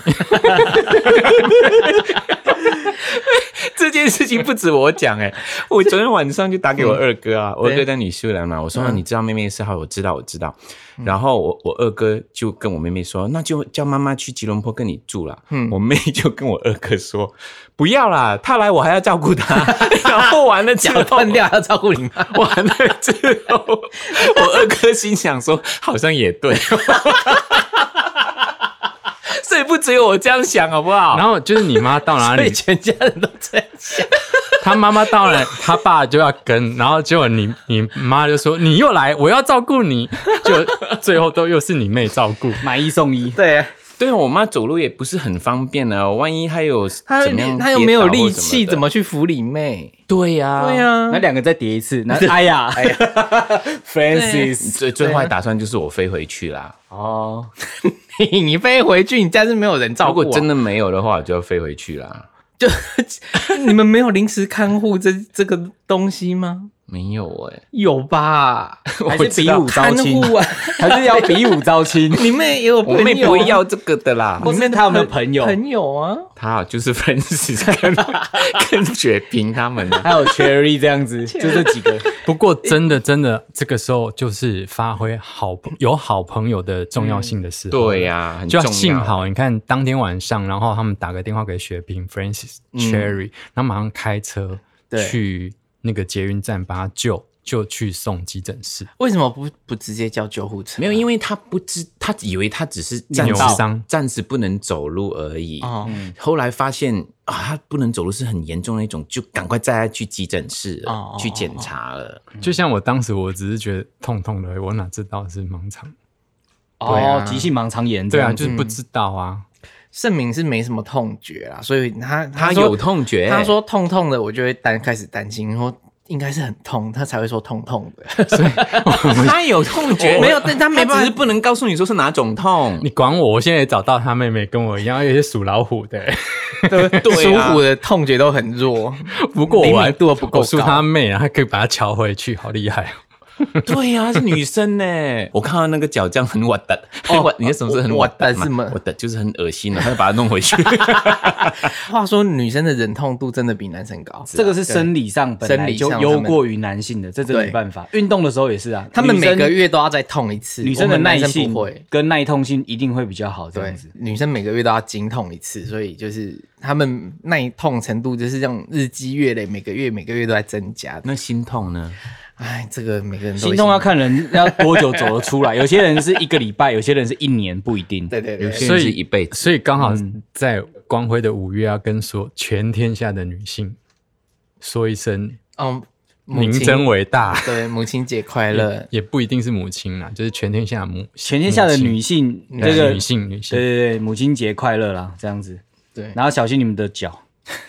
Speaker 2: 这件事情不止我讲哎、我昨天晚上就打给我二哥啊，我二哥在女秀兰嘛，我说、啊你知道妹妹是好，我知道我知道。然后我我二哥就跟我妹妹说，那就叫妈妈去吉隆坡跟你住啦。我妹就跟我二哥说，不要啦，她来我还要照顾她。然后完了之后
Speaker 3: 脚断掉要照顾你妈，
Speaker 2: 完了之后，我二哥心想说，好像也对，所以不只有我这样想，好不好？
Speaker 4: 然后就是你妈到哪
Speaker 3: 所以
Speaker 4: 里，
Speaker 3: 全家人都这样。
Speaker 4: 他妈妈到了，他爸就要跟，然后结果你你妈就说你又来，我要照顾你，就最后都又是你妹照顾。
Speaker 5: 买一送一，
Speaker 3: 对啊，
Speaker 2: 对我妈走路也不是很方便啊，万一她有
Speaker 3: 他
Speaker 2: 怎么样
Speaker 3: 他又没有力
Speaker 2: 跌
Speaker 3: 气，
Speaker 2: 倒或什的
Speaker 3: 怎么去扶你妹？
Speaker 2: 对呀、
Speaker 3: 对啊
Speaker 5: 那，两个再叠一次。那哎呀，哎呀
Speaker 3: 啊
Speaker 5: ，Francis，
Speaker 2: 最最坏打算就是我飞回去啦。
Speaker 5: 哦，
Speaker 3: 你 你飞回去，你家是没有人照
Speaker 2: 如
Speaker 3: 顾啊。
Speaker 2: 果真的没有的话，我就要飞回去啦。
Speaker 3: 就你们没有临时看护这这个东西吗？
Speaker 2: 没有哎、
Speaker 3: 有吧？
Speaker 5: 还
Speaker 2: 我
Speaker 5: 是
Speaker 2: 知
Speaker 5: 比
Speaker 2: 道
Speaker 5: 武招亲
Speaker 3: 贪，污啊
Speaker 5: 还是要比武招亲？
Speaker 3: 你们也有
Speaker 2: 我
Speaker 3: 朋友啊，
Speaker 2: 们也不会要这个的啦。
Speaker 5: 或是他有没有朋友？
Speaker 3: 朋友啊，
Speaker 2: 他就是 Francis 跟跟雪萍他们啊
Speaker 5: 还有 Cherry 这样子，就这几个。
Speaker 4: 不过真的真的，这个时候就是发挥好朋有好朋友的重要性的时候。
Speaker 2: 对呀、很
Speaker 4: 就
Speaker 2: 重要。
Speaker 4: 要幸好你看当天晚上，然后他们打个电话给雪萍 Francis Cherry，、然后马上开车
Speaker 3: 嗯对
Speaker 4: 去那个捷运站把他救，就去送急诊室。
Speaker 3: 为什么不不直接叫救护车？
Speaker 2: 没有，因为他不知，他以为他只是暂
Speaker 4: 扭
Speaker 2: 时
Speaker 4: 伤
Speaker 2: 暂时不能走路而已。
Speaker 3: 哦
Speaker 2: 后来发现啊，他不能走路是很严重的一种，就赶快带他去急诊室了
Speaker 3: 哦
Speaker 2: 去检查了。
Speaker 3: 嗯
Speaker 4: 就像我当时，我只是觉得痛痛的而已，我哪知道是盲肠？
Speaker 3: 嗯对啊
Speaker 5: 哦，急性盲肠炎这
Speaker 4: 对啊，
Speaker 5: 样
Speaker 4: 就
Speaker 5: 子。
Speaker 4: 是不知道啊。
Speaker 3: 盛明是没什么痛觉啊，所以他
Speaker 2: 他
Speaker 3: 说
Speaker 2: 有痛觉，
Speaker 3: 他 说痛痛的，我就会担开始担心，说应该是很痛，他才会说痛痛的。
Speaker 2: 他有痛 觉，
Speaker 3: 没有但他没办法
Speaker 2: 只是不能告诉你说是哪种痛。
Speaker 4: 你管我，我现在也找到他妹妹跟我一样，也是属老虎的、
Speaker 2: 对
Speaker 3: 属
Speaker 2: 啊
Speaker 3: 虎的痛觉都很弱，
Speaker 4: 不过我还
Speaker 3: 灵敏度不够
Speaker 4: 我输
Speaker 3: 高
Speaker 4: 他妹啊，还可以把他敲回去，好厉害哦！
Speaker 2: 对呀、是女生呢。 我看到那个脚这样很滑的， 哦，你是什么是很滑的
Speaker 3: 我我我是吗
Speaker 2: 吗？滑的就是很恶心的，啊他就把它弄回 去。
Speaker 3: 话说女生的忍痛度真的比男生高，
Speaker 5: 这个是生理上本
Speaker 3: 啊生
Speaker 5: 来
Speaker 3: 理
Speaker 5: 就
Speaker 3: 上
Speaker 5: 优过于男性的，这真的没办法。运动的时候也是啊，
Speaker 3: 他们
Speaker 5: 女生
Speaker 3: 每个月都要再痛一次，
Speaker 5: 女生
Speaker 3: 我
Speaker 5: 的
Speaker 3: 们
Speaker 5: 耐
Speaker 3: 男
Speaker 5: 性
Speaker 3: 不会。
Speaker 5: 跟耐痛性一定会比较好，这
Speaker 3: 对
Speaker 5: 样子，。
Speaker 3: 女生每个月都要经痛一次，所以就是他们耐痛程度就是这样日积月累，每个月每个月都在增加的。
Speaker 2: 那心痛呢？
Speaker 3: 哎，这个每个人都会
Speaker 5: 心痛要看人要多久走得出来，有些人是一个礼拜，有些人是一年，不一定。
Speaker 3: 对对
Speaker 2: 有
Speaker 3: 对，
Speaker 2: 些人是一
Speaker 3: 嗯
Speaker 2: 辈子。
Speaker 4: 所以刚好在光辉的五月，要跟所全天下的女性说一声，
Speaker 3: 嗯，母
Speaker 4: 您
Speaker 3: 亲
Speaker 4: 真嗯伟大。
Speaker 3: 对，母亲节快乐。
Speaker 4: 也不一定是母亲啦，就是全天下的母，
Speaker 5: 全天下的女性，
Speaker 4: 对
Speaker 5: 这个
Speaker 4: 女，性女性
Speaker 5: 对对对，母亲节快乐啦，这样子。
Speaker 3: 对
Speaker 5: 然后小心你们的脚。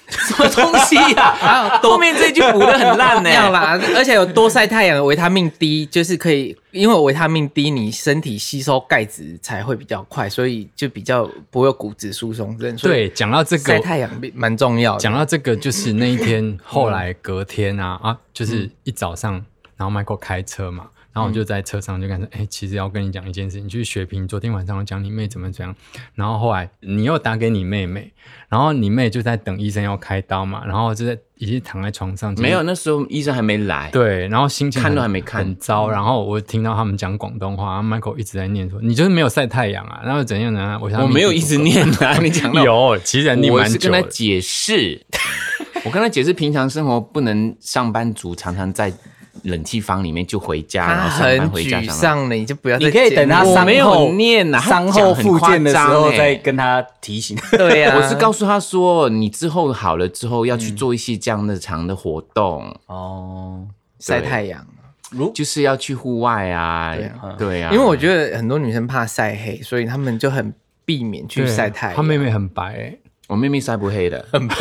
Speaker 2: 什么东西 呀、
Speaker 3: 啊，
Speaker 2: 后面这句补的很烂 呢、
Speaker 3: 要啦，而且有多晒太阳，维他命 D 就是可以，因为维他命 D 你身体吸收钙质才会比较快，所以就比较不会有骨质疏松症。所以
Speaker 4: 对，讲到这
Speaker 3: 晒
Speaker 4: 个，
Speaker 3: 太阳蛮重要的。
Speaker 4: 讲到这个，就是那一 天后来隔天啊啊，
Speaker 5: 嗯
Speaker 4: 就是一早上，然后 Michael 开车嘛，然后我就在车上就感
Speaker 5: 嗯
Speaker 4: 觉，哎、其实要跟你讲一件事情，就是雪萍昨天晚上我讲你妹怎么怎样，然后后来你又打给你妹妹，然后你妹就在等医生要开刀嘛，然后就在已经躺在床上，
Speaker 2: 没有，那时候医生还没来。
Speaker 4: 对，然后心情
Speaker 2: 看都
Speaker 4: 很
Speaker 2: 还没看
Speaker 4: 很糟。然后我听到他们讲广东话然后，Michael 一直在念说：“你就是没有晒太阳啊，然后怎样怎样。”我想
Speaker 2: 我没有一直念啊， 你讲到
Speaker 4: 有，其实念
Speaker 2: 我
Speaker 4: 蛮
Speaker 2: 是
Speaker 4: 久
Speaker 2: 跟他
Speaker 4: 的。
Speaker 2: 解 释，我跟他解释，平常生活不能上班族常常在冷气房里面就回家，然
Speaker 3: 他
Speaker 2: 后上
Speaker 3: 很
Speaker 2: 班回家。
Speaker 3: 沮
Speaker 2: 上班
Speaker 3: 丧了，你就不要再
Speaker 5: 你可以等他
Speaker 3: 见面
Speaker 5: 伤
Speaker 2: 我
Speaker 5: 后
Speaker 2: 没有念啊他
Speaker 5: 伤后
Speaker 2: 讲很
Speaker 5: 复健的时候
Speaker 2: 夸张欸
Speaker 5: 再跟他提醒。
Speaker 3: 对啊呀、
Speaker 2: 我是告诉他说，你之后好了之后要去做一些这样的长的活动，
Speaker 5: 哦，
Speaker 3: 晒太阳，
Speaker 2: 就是要去户外啊
Speaker 3: 对啊，
Speaker 2: 对啊，
Speaker 3: 因为我觉得很多女生怕晒黑，所以她们就很避免去
Speaker 4: 对
Speaker 3: 晒太阳。
Speaker 4: 他妹妹很白、欸，
Speaker 2: 我妹妹晒不黑 的，
Speaker 3: 很白，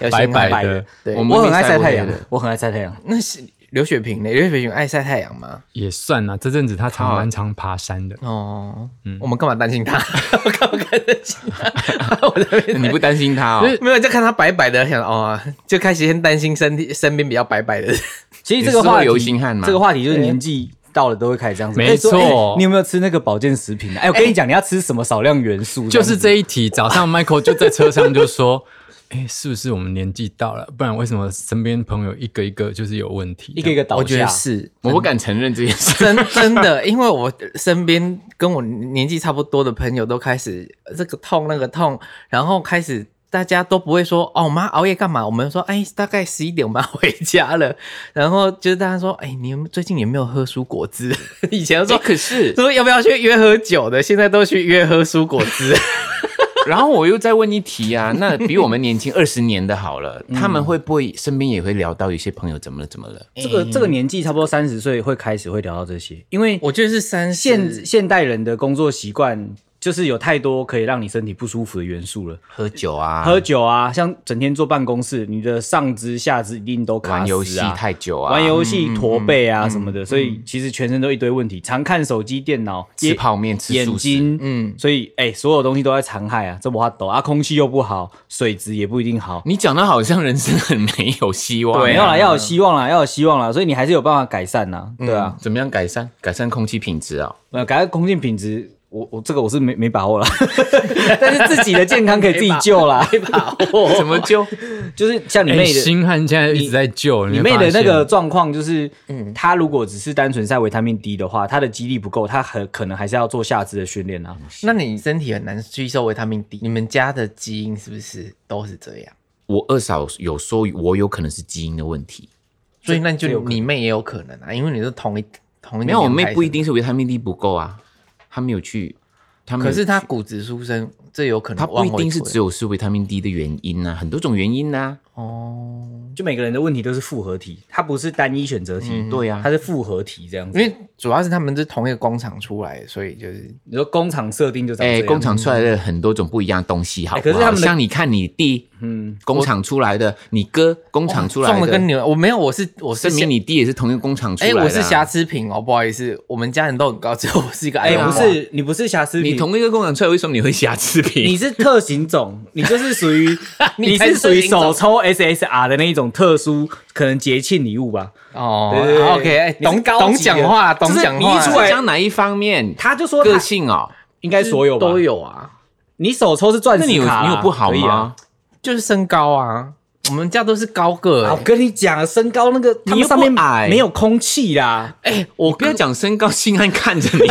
Speaker 3: 要
Speaker 4: 白
Speaker 3: 先看
Speaker 4: 白的，
Speaker 3: 对
Speaker 2: 我，妹妹
Speaker 5: 我很爱晒
Speaker 2: 不
Speaker 5: 太
Speaker 2: 黑
Speaker 5: 阳
Speaker 2: 的，
Speaker 5: 我很爱晒太阳。
Speaker 3: 那是刘雪萍呢？刘雪萍爱晒太阳吗？
Speaker 4: 也算啦。这阵子她常蛮常爬山的，
Speaker 3: 哦，我们干嘛担心 他？我干嘛担心他？我这边
Speaker 2: 你不担心她哦？
Speaker 3: 没有，就看他白白的，想哦，就开始先担心身体身边比较白白的人。
Speaker 5: 其实这个话
Speaker 2: 你
Speaker 5: 题，
Speaker 2: 是会流星汗吗
Speaker 5: 这个话题就是年纪到了都会开始这样子。
Speaker 4: 没错
Speaker 5: 哎说哎你有没有吃那个保健食品啊？哎，我跟你讲，你要吃什么少量元 素？
Speaker 4: 就是
Speaker 5: 这样子。
Speaker 4: 这一题。早上 Michael 就在车上就说：“哎、是不是我们年纪到了？不然为什么身边朋友一个一个就是有问题？
Speaker 5: 一个一个倒下，
Speaker 3: 我觉得是
Speaker 2: 我不敢承认这件事。
Speaker 3: 真 真的，因为我身边跟我年纪差不多的朋友都开始呃这个痛那个痛，然后开始。大家都不会说哦，我们熬夜干嘛？我们说，哎，大概十一点我们要回家了。 然后就是大家说，哎，你有没有最近有没有喝蔬果汁？ 以前都说
Speaker 2: 哎 可是，
Speaker 3: 说要不要去约喝酒的，现在都去约喝蔬果汁。
Speaker 2: 然后我又再问一题啊，那比我们年轻二十年的好了，
Speaker 5: 嗯
Speaker 2: 他们会不会身边也会聊到有些朋友怎么了怎么了？
Speaker 5: 这个这个年纪差不多三十岁会开始会聊到这些，因为
Speaker 3: 我觉得是三
Speaker 5: 现现代人的工作习惯就是有太多可以让你身体不舒服的元素了。
Speaker 2: 喝酒啊，
Speaker 5: 喝酒啊，像整天坐办公室，你的上肢下肢一定都卡死啊。
Speaker 2: 玩游戏太久啊，嗯
Speaker 5: 玩游戏驼背啊什么的，所以其实全身都一堆问题，常看手机、电脑、
Speaker 2: 吃
Speaker 5: 也
Speaker 2: 泡面吃
Speaker 5: 眼
Speaker 2: 素食
Speaker 5: 睛，嗯
Speaker 3: 嗯，
Speaker 5: 所以哎、所有东西都在残害啊，这无法抖啊，空气又不好，水质也不一定好。
Speaker 2: 你讲的好像人生很没有希望，啊
Speaker 5: 没有啦，要有希望啦，要有希望啦，所以你还是有办法改善呐，
Speaker 2: 嗯
Speaker 5: 对啊，
Speaker 2: 怎么样改善？改善空气品质啊、
Speaker 5: 呃，改善空气品质，我我这个我是没没把握啦， 但是自己的健康可以自己 救啦，哦
Speaker 2: 怎么就
Speaker 5: 就是像你
Speaker 4: 哎，
Speaker 5: 妹的，
Speaker 4: 星汉现在一直在救
Speaker 5: 你妹的那个，状况就是，
Speaker 2: 嗯
Speaker 5: 她如果只是单纯晒维他命 D 的话，她的肌力不够，她很可能还是要做下肢的训练啊。
Speaker 2: 嗯
Speaker 3: 那你身体很难吸收维他命 D，你们家的基因是不是都是这样？
Speaker 2: 我二嫂有说我有可能是基因的问题，
Speaker 3: 所以那就
Speaker 5: 这有可能
Speaker 3: 你妹也有可能啊，因为你是同一同一
Speaker 2: 没有，我
Speaker 3: 年
Speaker 2: 妹
Speaker 3: 代
Speaker 2: 不一
Speaker 3: 生
Speaker 2: 定是维他命 D 不够啊，她没有去，她
Speaker 3: 的，
Speaker 2: 没有
Speaker 3: 可是她
Speaker 2: 去
Speaker 3: 骨质疏松，这有可能
Speaker 2: 她不一定是只
Speaker 3: 有
Speaker 2: 有是维他命 D 的原因啊，很多种原因呐、
Speaker 3: 哦，
Speaker 5: 就每个人的问题都是复合体，它不是单一选择题，
Speaker 2: 对啊
Speaker 5: 它是复合题这样
Speaker 3: 因
Speaker 5: 子。
Speaker 3: 为主要是他们是同一个工厂出来的，所以就是
Speaker 5: 你说工厂设定就长这
Speaker 2: 哎、
Speaker 5: 样，
Speaker 2: 工厂出来的很多种不一样的东西，好不好，
Speaker 5: 哎可是他们的
Speaker 2: 像你看你弟，嗯，工厂出来的，你哥工厂出来
Speaker 3: 撞的
Speaker 2: 的，
Speaker 3: 跟牛，哦我没有，我是我是
Speaker 2: 证明你弟也是同一个工厂出
Speaker 3: 哎、
Speaker 2: 来的、啊，
Speaker 3: 我是瑕疵品哦，不好意思，我们家人都很高，只有我是一个
Speaker 5: 哎、
Speaker 3: 矮
Speaker 5: 不
Speaker 3: 娃娃
Speaker 5: 是你不是瑕疵品，
Speaker 2: 你同一个工厂出来，为什么你会瑕疵
Speaker 5: 你
Speaker 2: 品？
Speaker 5: 是特 型种，你就是属于你
Speaker 3: 你才
Speaker 5: 是
Speaker 3: 是
Speaker 5: 属于
Speaker 3: 特型种
Speaker 5: 手抽 SSR 的那一种特殊，可能节庆礼物吧。
Speaker 3: 哦
Speaker 5: 对对对
Speaker 3: 啊，OK，哎、
Speaker 5: 你是
Speaker 3: 懂
Speaker 5: 高级
Speaker 3: 懂
Speaker 5: 的
Speaker 3: 讲话，
Speaker 2: 就
Speaker 3: 懂
Speaker 2: 是
Speaker 3: 讲
Speaker 2: 你
Speaker 3: 话，
Speaker 2: 一出来讲哪一方面？
Speaker 5: 他就说他
Speaker 2: 个性哦，
Speaker 5: 应该所有吧，
Speaker 3: 都。有啊，
Speaker 5: 你手抽是钻石
Speaker 2: 那你有
Speaker 5: 卡啊、
Speaker 2: 你有不好
Speaker 5: 可以啊
Speaker 2: 吗？
Speaker 3: 就是身高啊，我们家都是高个、
Speaker 5: 啊我
Speaker 3: 哎
Speaker 5: 跟你讲，身高那个他
Speaker 2: 你
Speaker 5: 们
Speaker 2: 又不
Speaker 5: 上面
Speaker 2: 矮
Speaker 5: 没有空气啦。
Speaker 3: 哎、
Speaker 2: 我不要讲身高，心安看着你。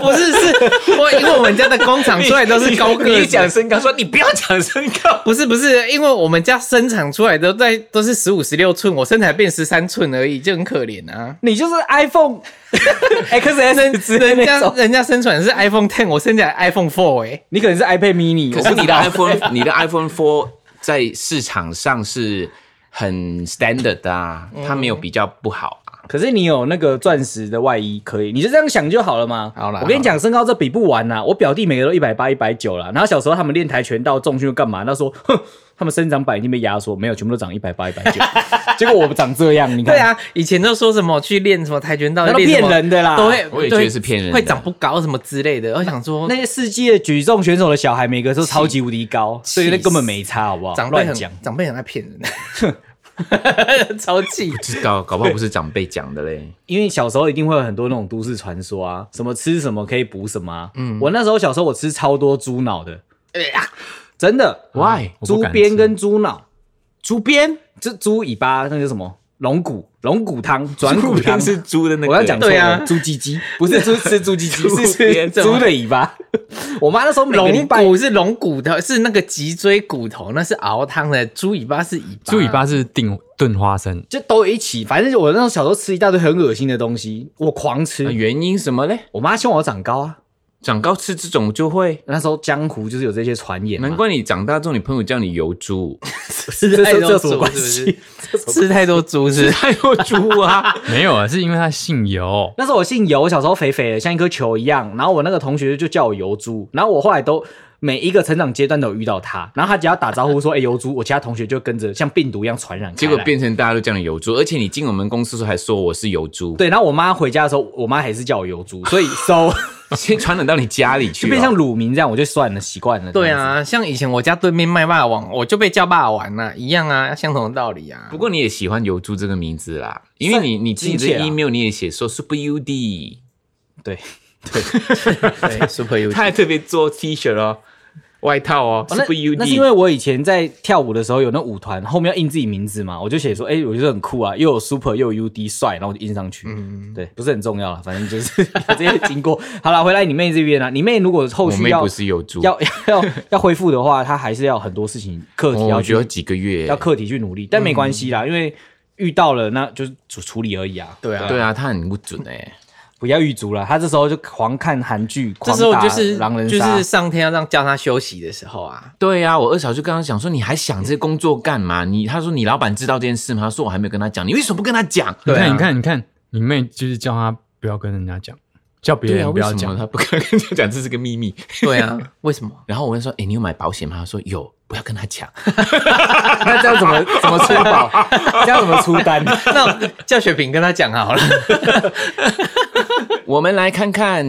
Speaker 3: 不是是，我因为我们家的工厂出来都是高个
Speaker 2: 你
Speaker 3: 子
Speaker 2: 一讲身高，说你不要讲身高。
Speaker 3: 不是不是，因为我们家生产出来的都在都是十五十六寸，我身材变十三寸而已，就很可怜啊。
Speaker 5: 你就是 iPhone XS 之类
Speaker 3: 人
Speaker 5: 那
Speaker 3: 家
Speaker 5: 种，
Speaker 3: 人家生产是 iPhone Ten，我生产 iPhone Four 哎、
Speaker 5: 你可能是 iPad mini，
Speaker 2: 可
Speaker 5: 我
Speaker 2: 是你
Speaker 5: 不知
Speaker 2: 的
Speaker 5: 道。
Speaker 2: iPhone，你的 iPhone Four 在市场上是很 standard 的啊，它没有比较不好啊。
Speaker 5: 可是你有那个钻石的外衣，可以，你就这样想就好了嘛。
Speaker 3: 好啦
Speaker 5: 我跟你讲，身高这比不完啊呐。我表弟每个都一百八、一百九啦，然后小时候他们练跆拳道、重训又干嘛？他说， 哼，他们生长板已经被压缩，没有，全部都长一百八、一百 九。结果我长这样，你看。
Speaker 3: 对，啊，以前都说什么去练什么跆拳道，
Speaker 5: 嗯那都
Speaker 3: 练什么
Speaker 5: 骗人的啦
Speaker 3: 都会
Speaker 2: 我也
Speaker 3: 都会
Speaker 2: 觉得是骗人的
Speaker 3: 会长不高什么之类的。我想说，
Speaker 5: 那些世界举重选手的小孩，每个都超级无敌高，所以那根本没差，好不好？
Speaker 3: 啊长辈
Speaker 5: 乱
Speaker 3: 很
Speaker 5: 讲。
Speaker 3: 长辈很爱骗 人，超气。
Speaker 2: 不知 道，搞不好不是长辈讲的嘞。
Speaker 5: 因为小时候一定会有很多那种都市传说啊，什么吃什么可以补什么、啊。嗯，我那时候小时候我吃超多猪脑的，真的，
Speaker 2: Why？
Speaker 4: 我不
Speaker 5: 猪
Speaker 4: 敢
Speaker 5: 鞭
Speaker 4: 吃
Speaker 5: 跟猪脑，猪鞭这猪尾巴那叫什么？龙骨，龙骨汤，转骨汤
Speaker 2: 是猪的那个，
Speaker 5: 我要讲错
Speaker 3: 对
Speaker 5: 了
Speaker 3: 啊，
Speaker 5: 猪鸡鸡不 是猪吃猪鸡鸡，
Speaker 2: 猪
Speaker 5: 是吃
Speaker 2: 鞭
Speaker 5: 猪的尾巴。我妈那时候每个礼
Speaker 3: 龙
Speaker 5: 拜
Speaker 3: 骨是龙骨头，是那个脊椎骨头，那是熬汤的。猪尾巴是尾巴，
Speaker 4: 猪尾巴是定炖花生，
Speaker 5: 就都有一起，反正我那时候小时候吃一大堆很恶心的东西，我狂吃。
Speaker 2: 呃原因什么嘞？
Speaker 5: 我妈希望我长高啊，
Speaker 2: 长高吃这种就会。
Speaker 5: 那时候江湖就是有这些传言嘛，
Speaker 2: 难怪你长大之后，你朋友叫你油猪，
Speaker 5: 这这
Speaker 3: 太
Speaker 5: 这
Speaker 3: 多
Speaker 5: 有什么
Speaker 3: 猪
Speaker 5: 关
Speaker 3: 是不？
Speaker 5: 系
Speaker 3: 是吃太多猪是不是。
Speaker 2: 太油猪啊！
Speaker 4: 没有啊，是因为他姓尤，
Speaker 5: 那时候我姓尤，小时候肥肥的，像一颗球一样。然后我那个同学就叫我尤猪，然后我后来都每一个成长阶段都有遇到他，然后他只要打招呼说“哎、尤猪”，我其他同学就跟着像病毒一样传染开来。
Speaker 2: 结果变成大家都叫你油猪，而且你进我们公司的时候还说我是油猪，
Speaker 5: 对，然后我妈回家的时候，我妈还是叫我尤猪，所以 so
Speaker 2: 先传染到你家里去
Speaker 5: 就
Speaker 2: 哦，
Speaker 5: 变像乳名这样，我就算了，习惯了。
Speaker 3: 对
Speaker 5: 这样子，
Speaker 3: 啊，像以前我家对面卖霸王，我就被叫霸王呐、一样啊，相同的道理啊。
Speaker 2: 不过你也喜欢“油猪”这个名字啦，因为你你自己
Speaker 5: 亲切
Speaker 2: 的
Speaker 5: 啦
Speaker 2: email 你也写说 Super UD，
Speaker 5: 对，
Speaker 3: 对，Super U，
Speaker 2: 他还特别做 T 恤哦，外套哦
Speaker 5: 哦那
Speaker 2: ，Super
Speaker 5: 那是因为
Speaker 2: UD。
Speaker 5: 我以前在跳舞的时候有那舞团，后面要印自己名字嘛，我就写说，哎、我觉得很酷啊，又有 super 又有 UD 帅，然后我就印上去。嗯，对，不是很重要了，反正就是 有这些经过。好了，回来你妹这边啊，你妹如果后
Speaker 2: 我
Speaker 5: 续
Speaker 2: 妹
Speaker 5: 要
Speaker 2: 不是油猪，
Speaker 5: 要要 要恢复的话，她还是要很多事情课题
Speaker 2: 哦
Speaker 5: 要
Speaker 2: 我
Speaker 5: 去、
Speaker 2: 觉得几个月
Speaker 5: 要。课题去努力，但没关系啦，因为遇到了那就是处处理而已啊，
Speaker 3: 对啊，
Speaker 2: 对啊，他很不准哎，
Speaker 5: 不要预足了。她这时候就狂看韩剧，
Speaker 3: 这
Speaker 5: 狂
Speaker 3: 时候
Speaker 5: 打
Speaker 3: 就是
Speaker 5: 狼人
Speaker 3: 就
Speaker 5: 杀，
Speaker 3: 是上天要让叫他休息的时候啊。
Speaker 2: 对啊，我二嫂就跟他讲说，你还想这工作干嘛？你他说你老板知道这件事吗？他说我还没有跟他讲，你为什么不跟他讲？
Speaker 4: 你
Speaker 3: 对啊
Speaker 4: 看，你看，你看，你妹就是叫他不要跟人家讲，叫别
Speaker 2: 对啊，
Speaker 4: 人不
Speaker 2: 为
Speaker 4: 要
Speaker 2: 什么
Speaker 4: 讲。
Speaker 2: 他不敢跟他讲这是个秘密？
Speaker 3: 对啊，为什么？
Speaker 2: 然后我就说，哎，你有买保险吗？他说有，不要跟他讲。
Speaker 5: 那这样怎么怎么出保？ 这样怎么出单？
Speaker 3: 那我叫雪萍跟他讲好了。
Speaker 2: 我们来看看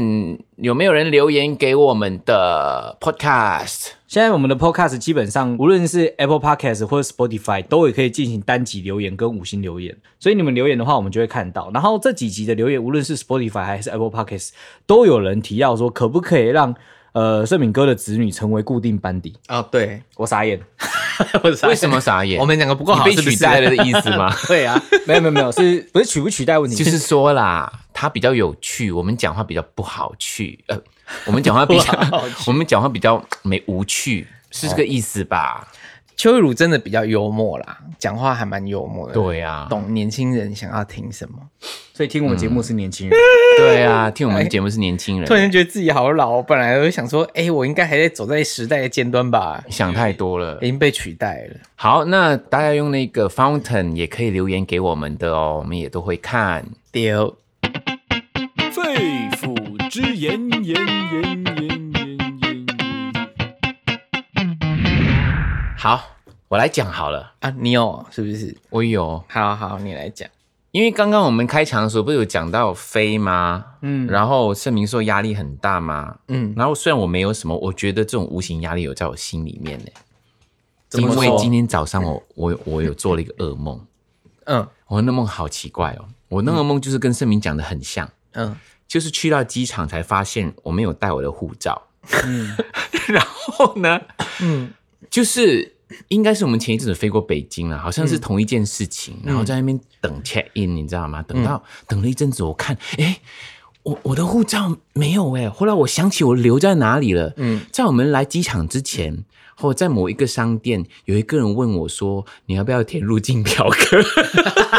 Speaker 2: 有没有人留言给我们的 podcast。
Speaker 5: 现在我们的 Podcast 基本上无论是 Apple Podcast 或者 Spotify 都也可以进行单集留言跟五星留言，所以你们留言的话，我们就会看到。然后这几集的留言，无论是 Spotify 还是 Apple Podcast，都有人提到说，可不可以让呃盛敏哥的子女成为固定班底？
Speaker 3: 哦， 对，
Speaker 5: 我傻眼，
Speaker 3: 我傻眼
Speaker 2: 为什么傻 眼？
Speaker 3: 我们两个不够
Speaker 2: 你
Speaker 3: 好，
Speaker 2: 被
Speaker 3: 是不
Speaker 2: 取
Speaker 3: 是
Speaker 2: 代 了的意思 吗？
Speaker 5: 对啊，没有没有没有，是不是取不取代问题？
Speaker 2: 就是说啦，他比较有趣，我们讲话比较不好趣，呃，我们讲话比较， 我们讲话比较没无趣，是这个意思吧？
Speaker 3: 邱玉茹真的比较幽默啦，讲话还蛮幽默的，
Speaker 2: 对呀、啊，
Speaker 3: 懂年轻人想要听什么。
Speaker 5: 所以听我们节目是年轻人，
Speaker 2: 对呀、啊，听我们的节目是年轻
Speaker 3: 突
Speaker 2: 人，
Speaker 3: 然觉得自己好老，我本来我就想说，哎、我应该还在走在时代的尖端吧，
Speaker 2: 想太多了
Speaker 3: 已。经被取代了。
Speaker 2: 好，那大家用那个 Fountain 也可以留言给我们的哦，我们也都会看。
Speaker 3: 丢，
Speaker 6: 肺腑之言，言言言言言言。
Speaker 2: 好，我来讲好了，
Speaker 3: 啊，你有是不是？
Speaker 2: 我有。
Speaker 3: 好好，你来讲。
Speaker 2: 因为刚刚我们开场的时候不是有讲到飞吗？嗯，然后盛明说压力很大吗？
Speaker 3: 嗯，
Speaker 2: 然后虽然我没有什么，我觉得这种无形压力有在我心里面呢。
Speaker 3: 怎么
Speaker 2: 因
Speaker 3: 说
Speaker 2: 为今天早上我我我有做了一个噩梦，
Speaker 3: 嗯
Speaker 2: 我那梦好奇怪哦，我那个梦就是跟盛明讲的很像，
Speaker 3: 嗯，
Speaker 2: 就是去到机场才发现我没有带我的护照。嗯， 然后呢，
Speaker 3: 嗯
Speaker 2: 嗯，就是应该是我们前一阵子飞过北京了，好像是同一件事情，然后在那边等 check in，你知道吗？等到、等了一阵子，我看，哎。我我的护照没有哎、后来我想起我留在哪里了。嗯，在我们来机场之前，或在某一个商店，有一个人问我说：“你要不要填入境表格？”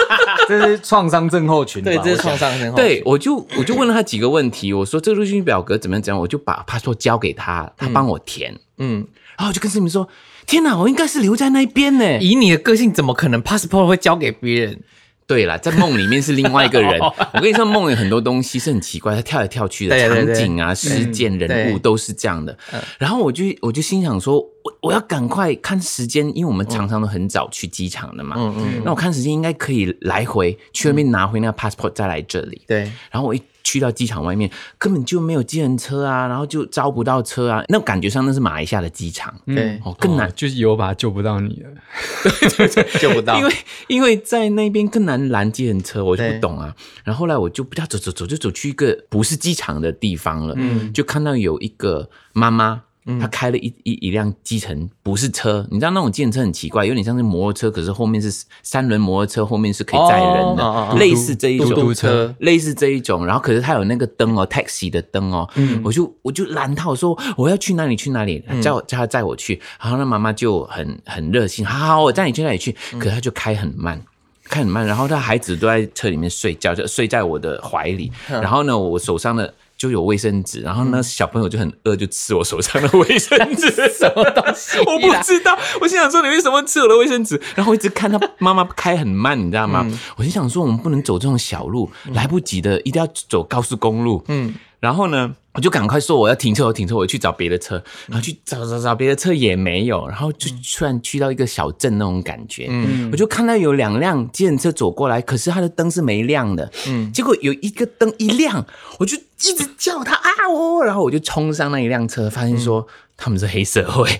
Speaker 5: 这是创伤症候群吧。
Speaker 3: 对，这哦是
Speaker 5: 我想
Speaker 3: 创伤症候群。
Speaker 2: 对，我就我就问了他几个问题，我说这个入境表格怎么样怎么样，我就把 passport 交给他，他帮我填，
Speaker 3: 嗯，
Speaker 2: 然后我就跟思明说：“天哪，我应该是留在那边 呢。
Speaker 3: 以你的个性，怎么可能 passport 会交给别人？”
Speaker 2: 对了，在梦里面是另外一个 人。我跟你说，梦里很多东西是很奇怪，它跳来跳去的
Speaker 3: 对对
Speaker 2: 场
Speaker 3: 对
Speaker 2: 景啊、事件、人
Speaker 3: 对嗯
Speaker 2: 物都是这样的。然后我就我就心想说，我我要赶快看时间，因为我们常常都很早去机场的嘛。
Speaker 3: 嗯嗯，
Speaker 2: 那我看时间应该可以来回去那边拿回那个 passport 再来这里。
Speaker 3: 对，
Speaker 2: 然后我一去到机场外面，根本就没有机人车啊，然后就招不到车啊，那感觉上那是马来西亚的机场，
Speaker 3: 对
Speaker 2: 哦，更难
Speaker 4: 哦，就是有把救不到你了。
Speaker 3: 救不到
Speaker 2: 因为因为在那边更难拦机人车，我就不
Speaker 3: 哦对
Speaker 2: 懂啊。然后后来我就不知道走走走，就走去一个不是机场的地方了，就看到有一个妈妈。她开了一一一辆计程，不是车，你知道那种计程车很奇怪，有点像是摩托车，可是后面是三轮摩托车，后面是可以载人的，
Speaker 3: 哦
Speaker 2: 类似这一种
Speaker 4: 嘟嘟车，
Speaker 2: 类似这一种，然后可是它有那个灯哦，taxi 的灯哦，我就我就拦他，我说我要去哪里去哪里，叫叫他载我去，然后那妈妈就很很热心，好好我带你去哪里去，可是他就开很慢。开很慢，然后他孩子都在车里面睡觉，就睡在我的怀里。然后呢，我手上的就有卫生纸，然后呢，小朋友就很饿，就吃我手上的卫生纸。 什么东西？啊我不知道。我心想说，你为什么吃我的卫生 纸？然后我一直看他妈妈开很慢，你知道吗？我就想说，我们不能走这种小路，来不及的，一定要走高速公路。嗯。然后呢，我就赶快说我要停车，我停车，我去找别的车，然后去找找找别的车也没有，然后就突然去到一个小镇那种感觉，嗯，我就看到有两辆计程车走过来，可是它的灯是没亮的，嗯，结果有一个灯一亮，我就一直叫他啊哦，然后我就冲上那一辆车，发现说。他们是黑社会，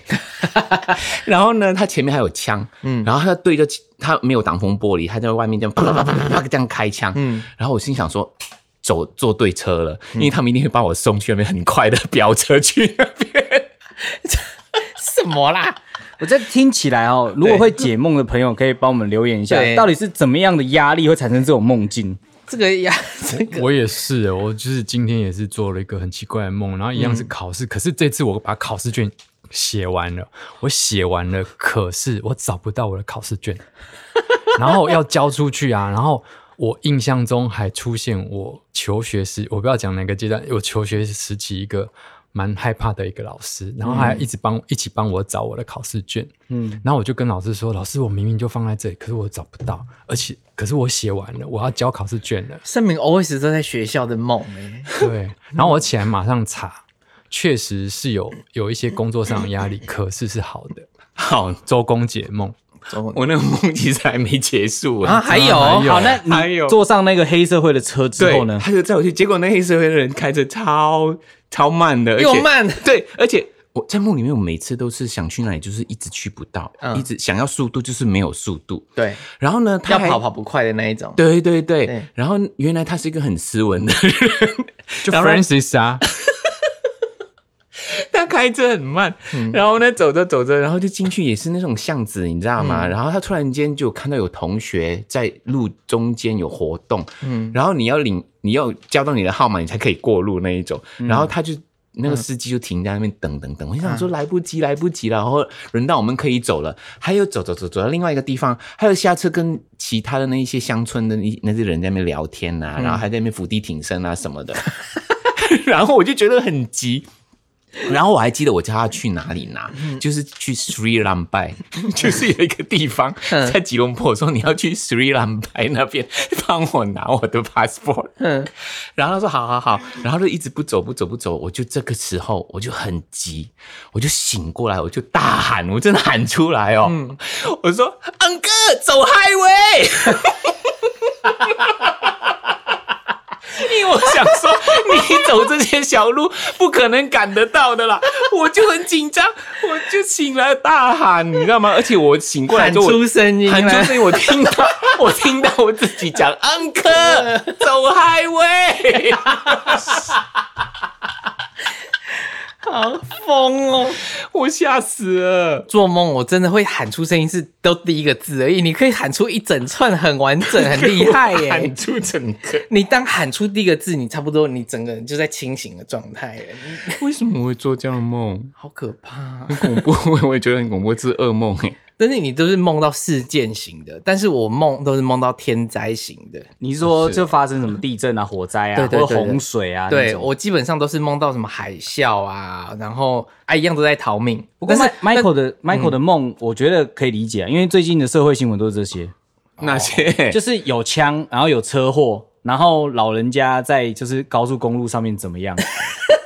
Speaker 2: 然后呢，他前面还有枪，嗯，然后他对着他没有挡风玻璃，他在外面这样啪啪啪啪啪啪这样开枪，嗯，然后我心想说。走坐对车了，因为他们一定会把我送去那边，很快的飙车去 那边。
Speaker 3: 什么啦？
Speaker 5: 我这听起来哦，如果会解梦的朋友可以帮我们留言一下，
Speaker 3: 对
Speaker 5: 到底是怎么样的压力会产生这种梦境？
Speaker 3: 这个呀， 这个
Speaker 4: 我也是，欸我就是今天也是做了一个很奇怪的梦，然后一样是考试，可是这次我把考试卷写完了，我写完了，可是我找不到我的考试卷，然后要交出去啊，然后我印象中还出现我求学时，我不要讲哪个阶段，我求学时期一个蛮害怕的一个老师，然后还一直帮、一起帮我找我的考试卷。嗯，然后我就跟老师说：“老师，我明明就放在这里，可是我找不到，而且可是我写完了，我要交考试卷了。”
Speaker 3: 盛明 always 都在学校的梦哎、
Speaker 4: 对，然后我起来马上查，确实是有有一些工作上的压力，可是是好的，
Speaker 2: 好，
Speaker 4: 周公解梦。
Speaker 2: 我那个梦其实还没结束
Speaker 3: 啊，还有
Speaker 5: 好，那
Speaker 2: 还有
Speaker 5: 你坐上那个黑社会的车之
Speaker 2: 对
Speaker 5: 后，呢？
Speaker 2: 他就载我去，结果那黑社会的人开车超超慢的，而且
Speaker 3: 又慢
Speaker 2: 对，而且我在梦里面，我每次都是想去哪里，就是一直去不到，
Speaker 3: 嗯
Speaker 2: 一直想要速度，就是没有速度。
Speaker 3: 对，
Speaker 2: 然后呢，他
Speaker 3: 要
Speaker 2: 还
Speaker 3: 跑跑。不快的那一种，
Speaker 2: 对对对，
Speaker 3: 对
Speaker 2: 然后原来他是一个很斯文的人，
Speaker 4: 就
Speaker 2: 然后
Speaker 4: Francis 啊，
Speaker 2: 他开车很慢，然后呢走着走着，然后就进去也是那种巷子，你知道吗？然后他突然间就看到有同学在路中间有活动，
Speaker 3: 嗯
Speaker 2: 然后你要领，你要交到你的号码，你才可以过路那一种。然后他就那个司机就停在那边等等等，我就想说来不及，来不及了。然后轮到我们可以走了，还有走走走走到另外一个地方，还有下车跟其他的那一些乡村的那那些人在那边聊天啊，然后还在那边伏地挺身啊什么的。 然后我就觉得很急。然后我还记得我叫他去哪里拿，就是去 Sri 嗯 Lambai，就是 有一个地方在吉隆坡，我说你要去 Sri Lambai 那边帮我拿我的 passport，
Speaker 3: 嗯，
Speaker 2: 然后他说好好好，然后就一直不走不走不走，我就这个时候我就很急，我就醒过来，我就大喊，我真的喊出来哦，
Speaker 3: 嗯
Speaker 2: 我说 uncle 走 highway。因为我想说，你走这些小路不可能赶得到的啦，我就很紧张，我就醒来大喊，你知道吗？而且我醒过来
Speaker 3: 喊
Speaker 2: 之后，
Speaker 3: 出声音啊
Speaker 2: 喊出
Speaker 3: 来，
Speaker 2: 声音，我听到，我听到我自己讲 uncle 走 highway，
Speaker 3: 好疯哦！
Speaker 2: 我吓死了。
Speaker 3: 做梦我真的会喊出声音是都第一个字而已，你可以喊出一整串很完整，很厉害 耶、
Speaker 2: 喊出整个，
Speaker 3: 你当喊出第一个字，你差不多你整个人就在清醒的状态耶，你
Speaker 2: 为 什么我会做这样的梦？
Speaker 3: 好可怕、
Speaker 2: 很恐怖，我也觉得很恐怖，这是噩梦哎。
Speaker 3: 但是你都是梦到事件型的，但是我梦都是梦到天灾型的。
Speaker 5: 你是说
Speaker 2: 是
Speaker 5: 这发生什么地震啊、火灾啊，
Speaker 3: 对对对
Speaker 5: 或者
Speaker 3: 对
Speaker 5: 洪水啊？那
Speaker 3: 对
Speaker 5: 种
Speaker 3: 我基本上都是梦到什么海啸啊，然后啊一样都在逃命。
Speaker 5: 不过
Speaker 3: 但是
Speaker 5: Mi- Michael 的 Michael 的梦，我觉得可以理解啊，因为最近的社会新闻都是这些，
Speaker 2: 哪些？
Speaker 5: 就是有枪，然后有车祸，然后老人家在就是高速公路上面怎么样，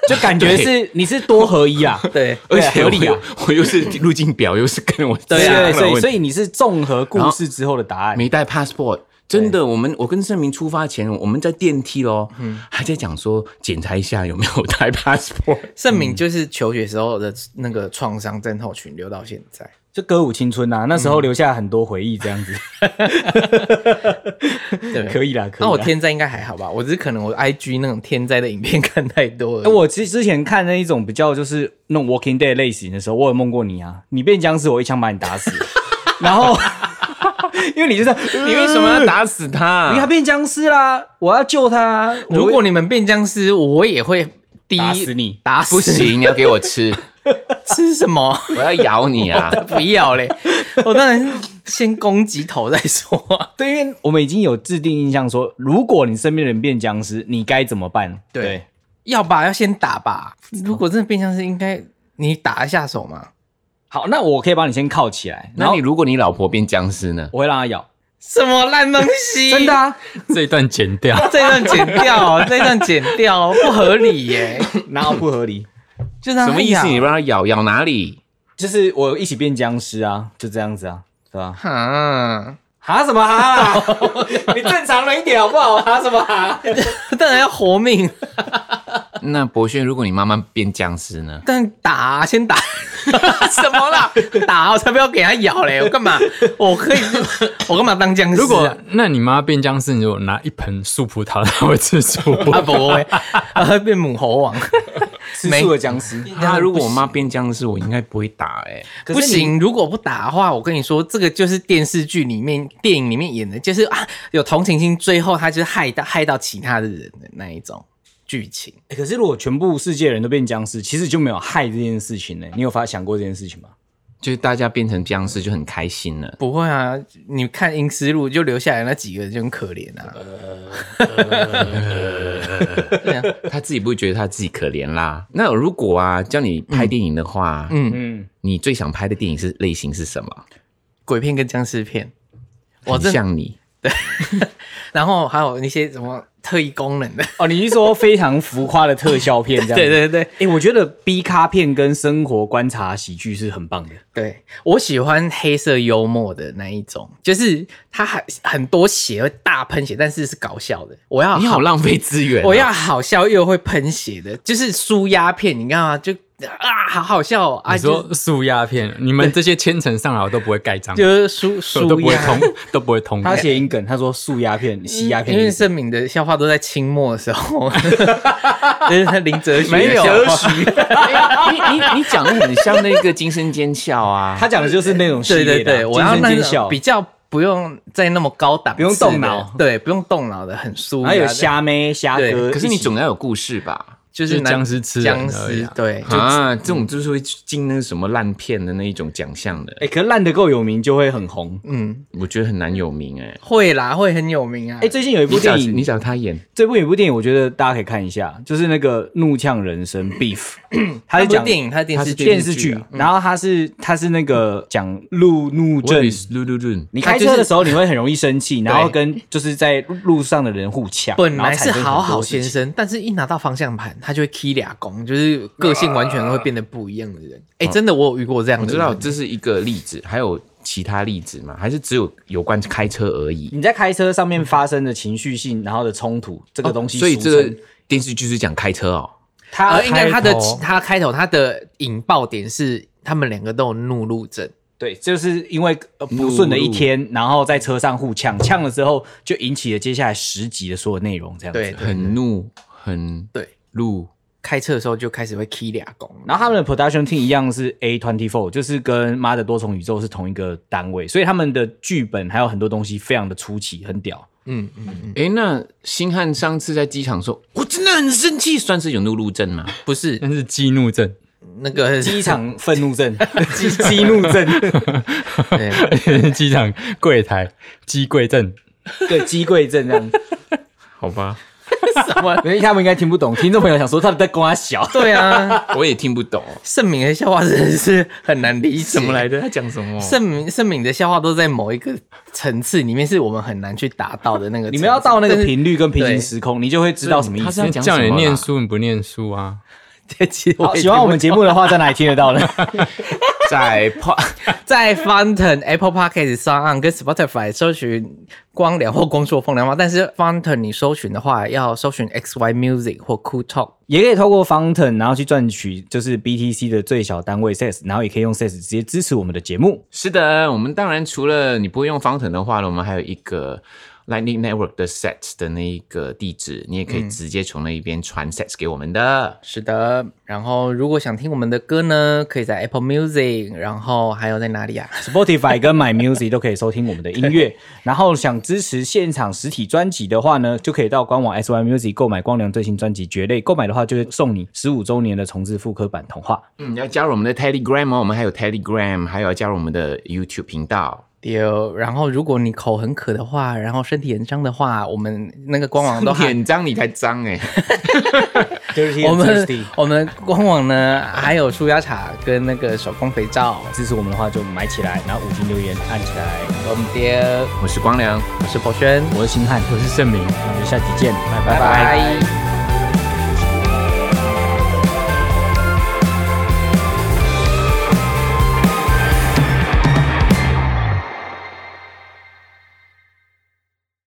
Speaker 5: 就感觉是你是多合一啊。
Speaker 3: 对
Speaker 2: 而且
Speaker 5: 合
Speaker 2: 我
Speaker 5: 理
Speaker 2: 又
Speaker 5: 啊
Speaker 2: 我又是路径表，又是跟我
Speaker 5: 对
Speaker 2: 一样的
Speaker 5: 对，所以
Speaker 2: 问题
Speaker 5: 所以你是综合故事之后的答案。
Speaker 2: 没带 passport。真的，我们我跟盛明出发前，我们在电梯咯，还在讲说检查一下有没有带 passport。
Speaker 3: 盛敏就是求学时候的那个创伤症候群留到现在。
Speaker 5: 就歌舞青春啊，那时候留下很多回忆，这样子。
Speaker 3: 对
Speaker 5: 可以
Speaker 2: 啊
Speaker 5: 啦，可以啦。
Speaker 3: 那我天灾应该还好吧？我只是可能我 IG 那种天灾的影片看太多
Speaker 5: 哎，
Speaker 3: 了。
Speaker 5: 我其实之前看那一种比较就是那种 Walking Dead 类型的时候，我有梦过你啊，你变僵尸，我一枪把你打 死，然后因为你就是
Speaker 2: 你为什么要打死 他？
Speaker 5: 你看哎变僵尸啦，我要救他。
Speaker 3: 如果你们变僵尸，我也会第一
Speaker 5: 打死你
Speaker 3: 打死
Speaker 2: 不行，你要给我吃，
Speaker 3: 吃什么？
Speaker 2: 我要咬你啊！
Speaker 3: 不要嘞！我当然是先攻击头再说啊、
Speaker 5: 对，因为我们已经有制定印象说，如果你身边的人变僵尸，你该怎么办？
Speaker 3: 对要吧，要先打吧。如果真的变相是，应该你打一下手嘛。
Speaker 5: 好，那我可以帮你先铐起来，然
Speaker 2: 那
Speaker 5: 后
Speaker 2: 你如果你老婆变僵尸呢？
Speaker 5: 我会让他咬。
Speaker 3: 什么烂东西？
Speaker 5: 真的、 啊，
Speaker 4: 这一段剪掉。
Speaker 2: 啊
Speaker 3: 这段剪掉 哦，这段剪掉哦，不合理耶。
Speaker 5: 哪有不合理？
Speaker 3: 就让
Speaker 2: 什
Speaker 3: 他
Speaker 2: 么意思？
Speaker 3: 养
Speaker 2: 你让他咬咬哪里？
Speaker 5: 就是我一起变僵尸啊，就这样子啊，对吧？
Speaker 3: 哈，
Speaker 5: 哈什么哈啦？ 你正常人一点好不好？哈什么哈？
Speaker 3: 当然要活命，
Speaker 2: 那博轩，如果你妈妈变僵尸呢？
Speaker 3: 但打啊、先打什么啦？打我才不要给他咬嘞！我干嘛？我可以，我干嘛当僵尸、啊？
Speaker 4: 如果那你妈变僵尸，你就拿一盆素葡萄，她会吃素 葡
Speaker 3: 啊
Speaker 4: 萄。
Speaker 3: 不会，啊会变母猴王。
Speaker 5: 吃素的僵尸
Speaker 2: 那如果我妈变僵尸，我应该不会打哎、
Speaker 3: 不，行，如果不打的话，我跟你说，这个就是电视剧里面、电影里面演的，就是啊，有同情心，最后他就是害到害到其他的人的那一种剧情。
Speaker 5: 可是你欸可是如果全部世界人都变僵尸，其实就没有害这件事情呢、你有发想过这件事情吗？
Speaker 2: 就是大家变成僵尸就很开心 了。
Speaker 3: 不会啊，你看《阴尸路》就留下来那几个人就很可怜啊。对啊，
Speaker 2: 他自己不会觉得他自己可怜啦。那如果啊，叫你拍电影的话，
Speaker 3: 嗯
Speaker 5: 嗯，
Speaker 2: 你最想拍的电影是类型是什么？
Speaker 3: 鬼片跟僵尸片，我
Speaker 2: 很
Speaker 3: 真
Speaker 2: 像你，
Speaker 3: 然后还有那些什么特异功能的，
Speaker 5: 哦，你是说非常浮夸的特效片这样？
Speaker 3: 对。对对
Speaker 5: 哎、我觉得 B 咖片跟生活观察喜剧是很棒的。
Speaker 3: 对，我喜欢黑色幽默的那一种，就是它很很多血会大喷血，但是是搞笑的。我要
Speaker 2: 你好哦浪费资 源、
Speaker 3: 我要好笑又会喷血的，就是舒压片，你看啊，就啊好好笑、哦、啊，
Speaker 4: 你
Speaker 3: 就
Speaker 4: 说素鸦片，你们这些千层上来我都不会盖章，
Speaker 3: 就是舒
Speaker 4: 我都
Speaker 3: 舒
Speaker 4: 不会
Speaker 3: 压
Speaker 4: 通。，都不会通过
Speaker 5: 他。谐音梗，他说素鸦片、吸鸦
Speaker 3: 嗯
Speaker 5: 片
Speaker 3: 因为
Speaker 5: 意思，
Speaker 3: 盛敏的笑话都在清末的时候，就是他林哲学
Speaker 5: 没有
Speaker 3: 的笑话
Speaker 2: 哎 你你你讲的很像那个惊声尖叫啊，
Speaker 5: 他讲的就是那种系
Speaker 3: 对
Speaker 5: 列的啊
Speaker 3: 对对，我要
Speaker 5: 惊
Speaker 3: 那
Speaker 5: 声尖
Speaker 3: 种
Speaker 5: 笑
Speaker 3: 比，较不用再那么高档，
Speaker 5: 不用动脑，
Speaker 3: 对，不用动脑的，很舒压
Speaker 5: 还
Speaker 3: 的。
Speaker 5: 有虾妹、虾
Speaker 3: 对
Speaker 5: 哥。
Speaker 2: 可是你
Speaker 5: 一起
Speaker 2: 总要有故事吧？
Speaker 3: 就是
Speaker 4: 就是
Speaker 3: 男
Speaker 4: 僵尸吃人
Speaker 3: 僵
Speaker 4: 而已
Speaker 3: 尸
Speaker 4: 啊，
Speaker 3: 对，就
Speaker 2: 啊，这种就是会进那个什么烂片的那一种奖项的，
Speaker 5: 哎、可是烂的够有名就会很红。
Speaker 3: 嗯
Speaker 2: 我觉得很难有名哎。
Speaker 3: 会啦，会很有名啊
Speaker 5: 哎、。最近有一部
Speaker 2: 你找
Speaker 5: 电
Speaker 2: 你
Speaker 5: 影，
Speaker 2: 找他演，
Speaker 5: 这部有一部电影，我觉得大家可以看一下，就是那个《怒呛人生》Beef，
Speaker 3: 他
Speaker 5: 他是
Speaker 3: 不是
Speaker 5: 讲
Speaker 3: 电影，他是电视剧，
Speaker 5: 电视剧，啊嗯然后他是他是那个讲路怒
Speaker 2: 我以
Speaker 5: 症
Speaker 2: 为。是露露露，
Speaker 5: 你开
Speaker 3: 他就
Speaker 5: 车
Speaker 3: 是
Speaker 5: 的时候你会很容易生 气，然后跟就是在路上的人互呛，
Speaker 3: 本
Speaker 5: 然后
Speaker 3: 来是
Speaker 5: 产生很
Speaker 3: 好
Speaker 5: 多
Speaker 3: 好
Speaker 5: 事情
Speaker 3: 先生，但是一拿到方向盘，他就会 k 俩攻，就是个性完全会变得不一样的人。哎，真的，我有遇过这样
Speaker 2: 我
Speaker 3: 的
Speaker 2: 知
Speaker 3: 人。
Speaker 2: 道这是一个例子，还有其他例子吗？还是只有有关开车而已？
Speaker 5: 你在开车上面发生的情绪性，然后的冲突，嗯这个哦东西俗
Speaker 2: 哦所
Speaker 5: 称，
Speaker 2: 以这个电视剧是讲开车哦。
Speaker 5: 它
Speaker 3: 呃，应该他的
Speaker 4: 开头
Speaker 3: 他开头他的引爆点是他们两个都有怒路症，
Speaker 5: 对，就是因为呃不顺的一天，然后在车上互呛，呛了之后就引起了接下来十集的所有内容，这样子。
Speaker 3: 对对
Speaker 2: 很怒，很
Speaker 3: 对，
Speaker 2: 怒，
Speaker 3: 开车的时候就开始会 k 俩攻，
Speaker 5: 然后他们的 production team 一样是 A twenty four，就是跟《妈的多重宇宙》是同一个单位，所以他们的剧本还有很多东西非常的出奇，很 屌。
Speaker 3: 嗯嗯嗯，
Speaker 2: 哎，那星汉上次在机场说，我真的很生气，算是有怒路症吗？
Speaker 3: 不 是
Speaker 4: 但是激怒症，
Speaker 3: 那个
Speaker 5: 机场愤怒 症，激激怒症，
Speaker 3: 对
Speaker 4: 机场柜台机柜症，
Speaker 5: 对，机柜症这样。
Speaker 2: 好吧，
Speaker 3: 什么？。
Speaker 5: 因为他们应该听不懂，听众朋友想说他们在跟他小
Speaker 3: 对啊，
Speaker 2: 我也听不懂
Speaker 3: 盛敏的笑话真的是很难理解。怎么
Speaker 2: 的，他讲什么
Speaker 3: 盛敏盛敏的笑话都在某一个层次里面，是我们很难去达到的那个层次。
Speaker 5: 你们要到那个
Speaker 3: 但是
Speaker 5: 频率跟平行时空，你就会知道什么意
Speaker 2: 他
Speaker 5: 思
Speaker 2: 是。要讲
Speaker 4: 叫
Speaker 2: 什么
Speaker 4: 你
Speaker 2: 啦
Speaker 4: 念书你不念书啊？
Speaker 3: 其实
Speaker 5: 好，
Speaker 3: 也
Speaker 5: 喜欢我们节目的话，在哪里听得到呢？
Speaker 2: 在怕
Speaker 3: 在 Fountain、Apple Podcast 上岸跟 Spotify 搜寻“光疗”或“光说风凉话”，但是 Fountain 你搜寻的话，要搜寻 XY Music 或 Cool Talk。
Speaker 5: 也可以透过 Fountain，然后去赚取就是 BTC 的最小单位 SES，然后也可以用 SES 直接支持我们的节目。
Speaker 2: 是的，我们当然除了你不会用方程的话呢，我们还有一个 Lightning Network 的 set 的那一个地址，你也可以直接从那一边传 set 给我们的。
Speaker 3: 是的，然后如果想听我们的歌呢，可以在 Apple Music，然后还有在哪里啊？
Speaker 5: Spotify 跟 My Music 都可以收听我们的音乐。然后想支持现场实体专辑的话呢，就可以到官网 S Y Music 购买光良最新专辑《绝类》。购买的话，就会送你十五周年的重置复刻版童话。
Speaker 2: 嗯，要加入我们的 Telegram 哦，我们还有 Telegram，还有要加入我们的 YouTube 频道。
Speaker 3: 丢。然后如果你口很渴的话，然后身体很脏的话，我们那个官网都还
Speaker 2: 很脏，你才脏哎、
Speaker 3: 我们
Speaker 5: Thirsty
Speaker 3: 我们官网呢还有舒压茶跟那个手工肥皂。
Speaker 5: 支持我们的话，就买起来，然后五星留言按起来。
Speaker 3: 我们爹，
Speaker 2: 我是光良。
Speaker 3: 我是博轩，
Speaker 5: 我是星汉，
Speaker 4: 我是盛明。
Speaker 5: 我们下集见，拜
Speaker 3: 拜
Speaker 5: 拜
Speaker 3: 拜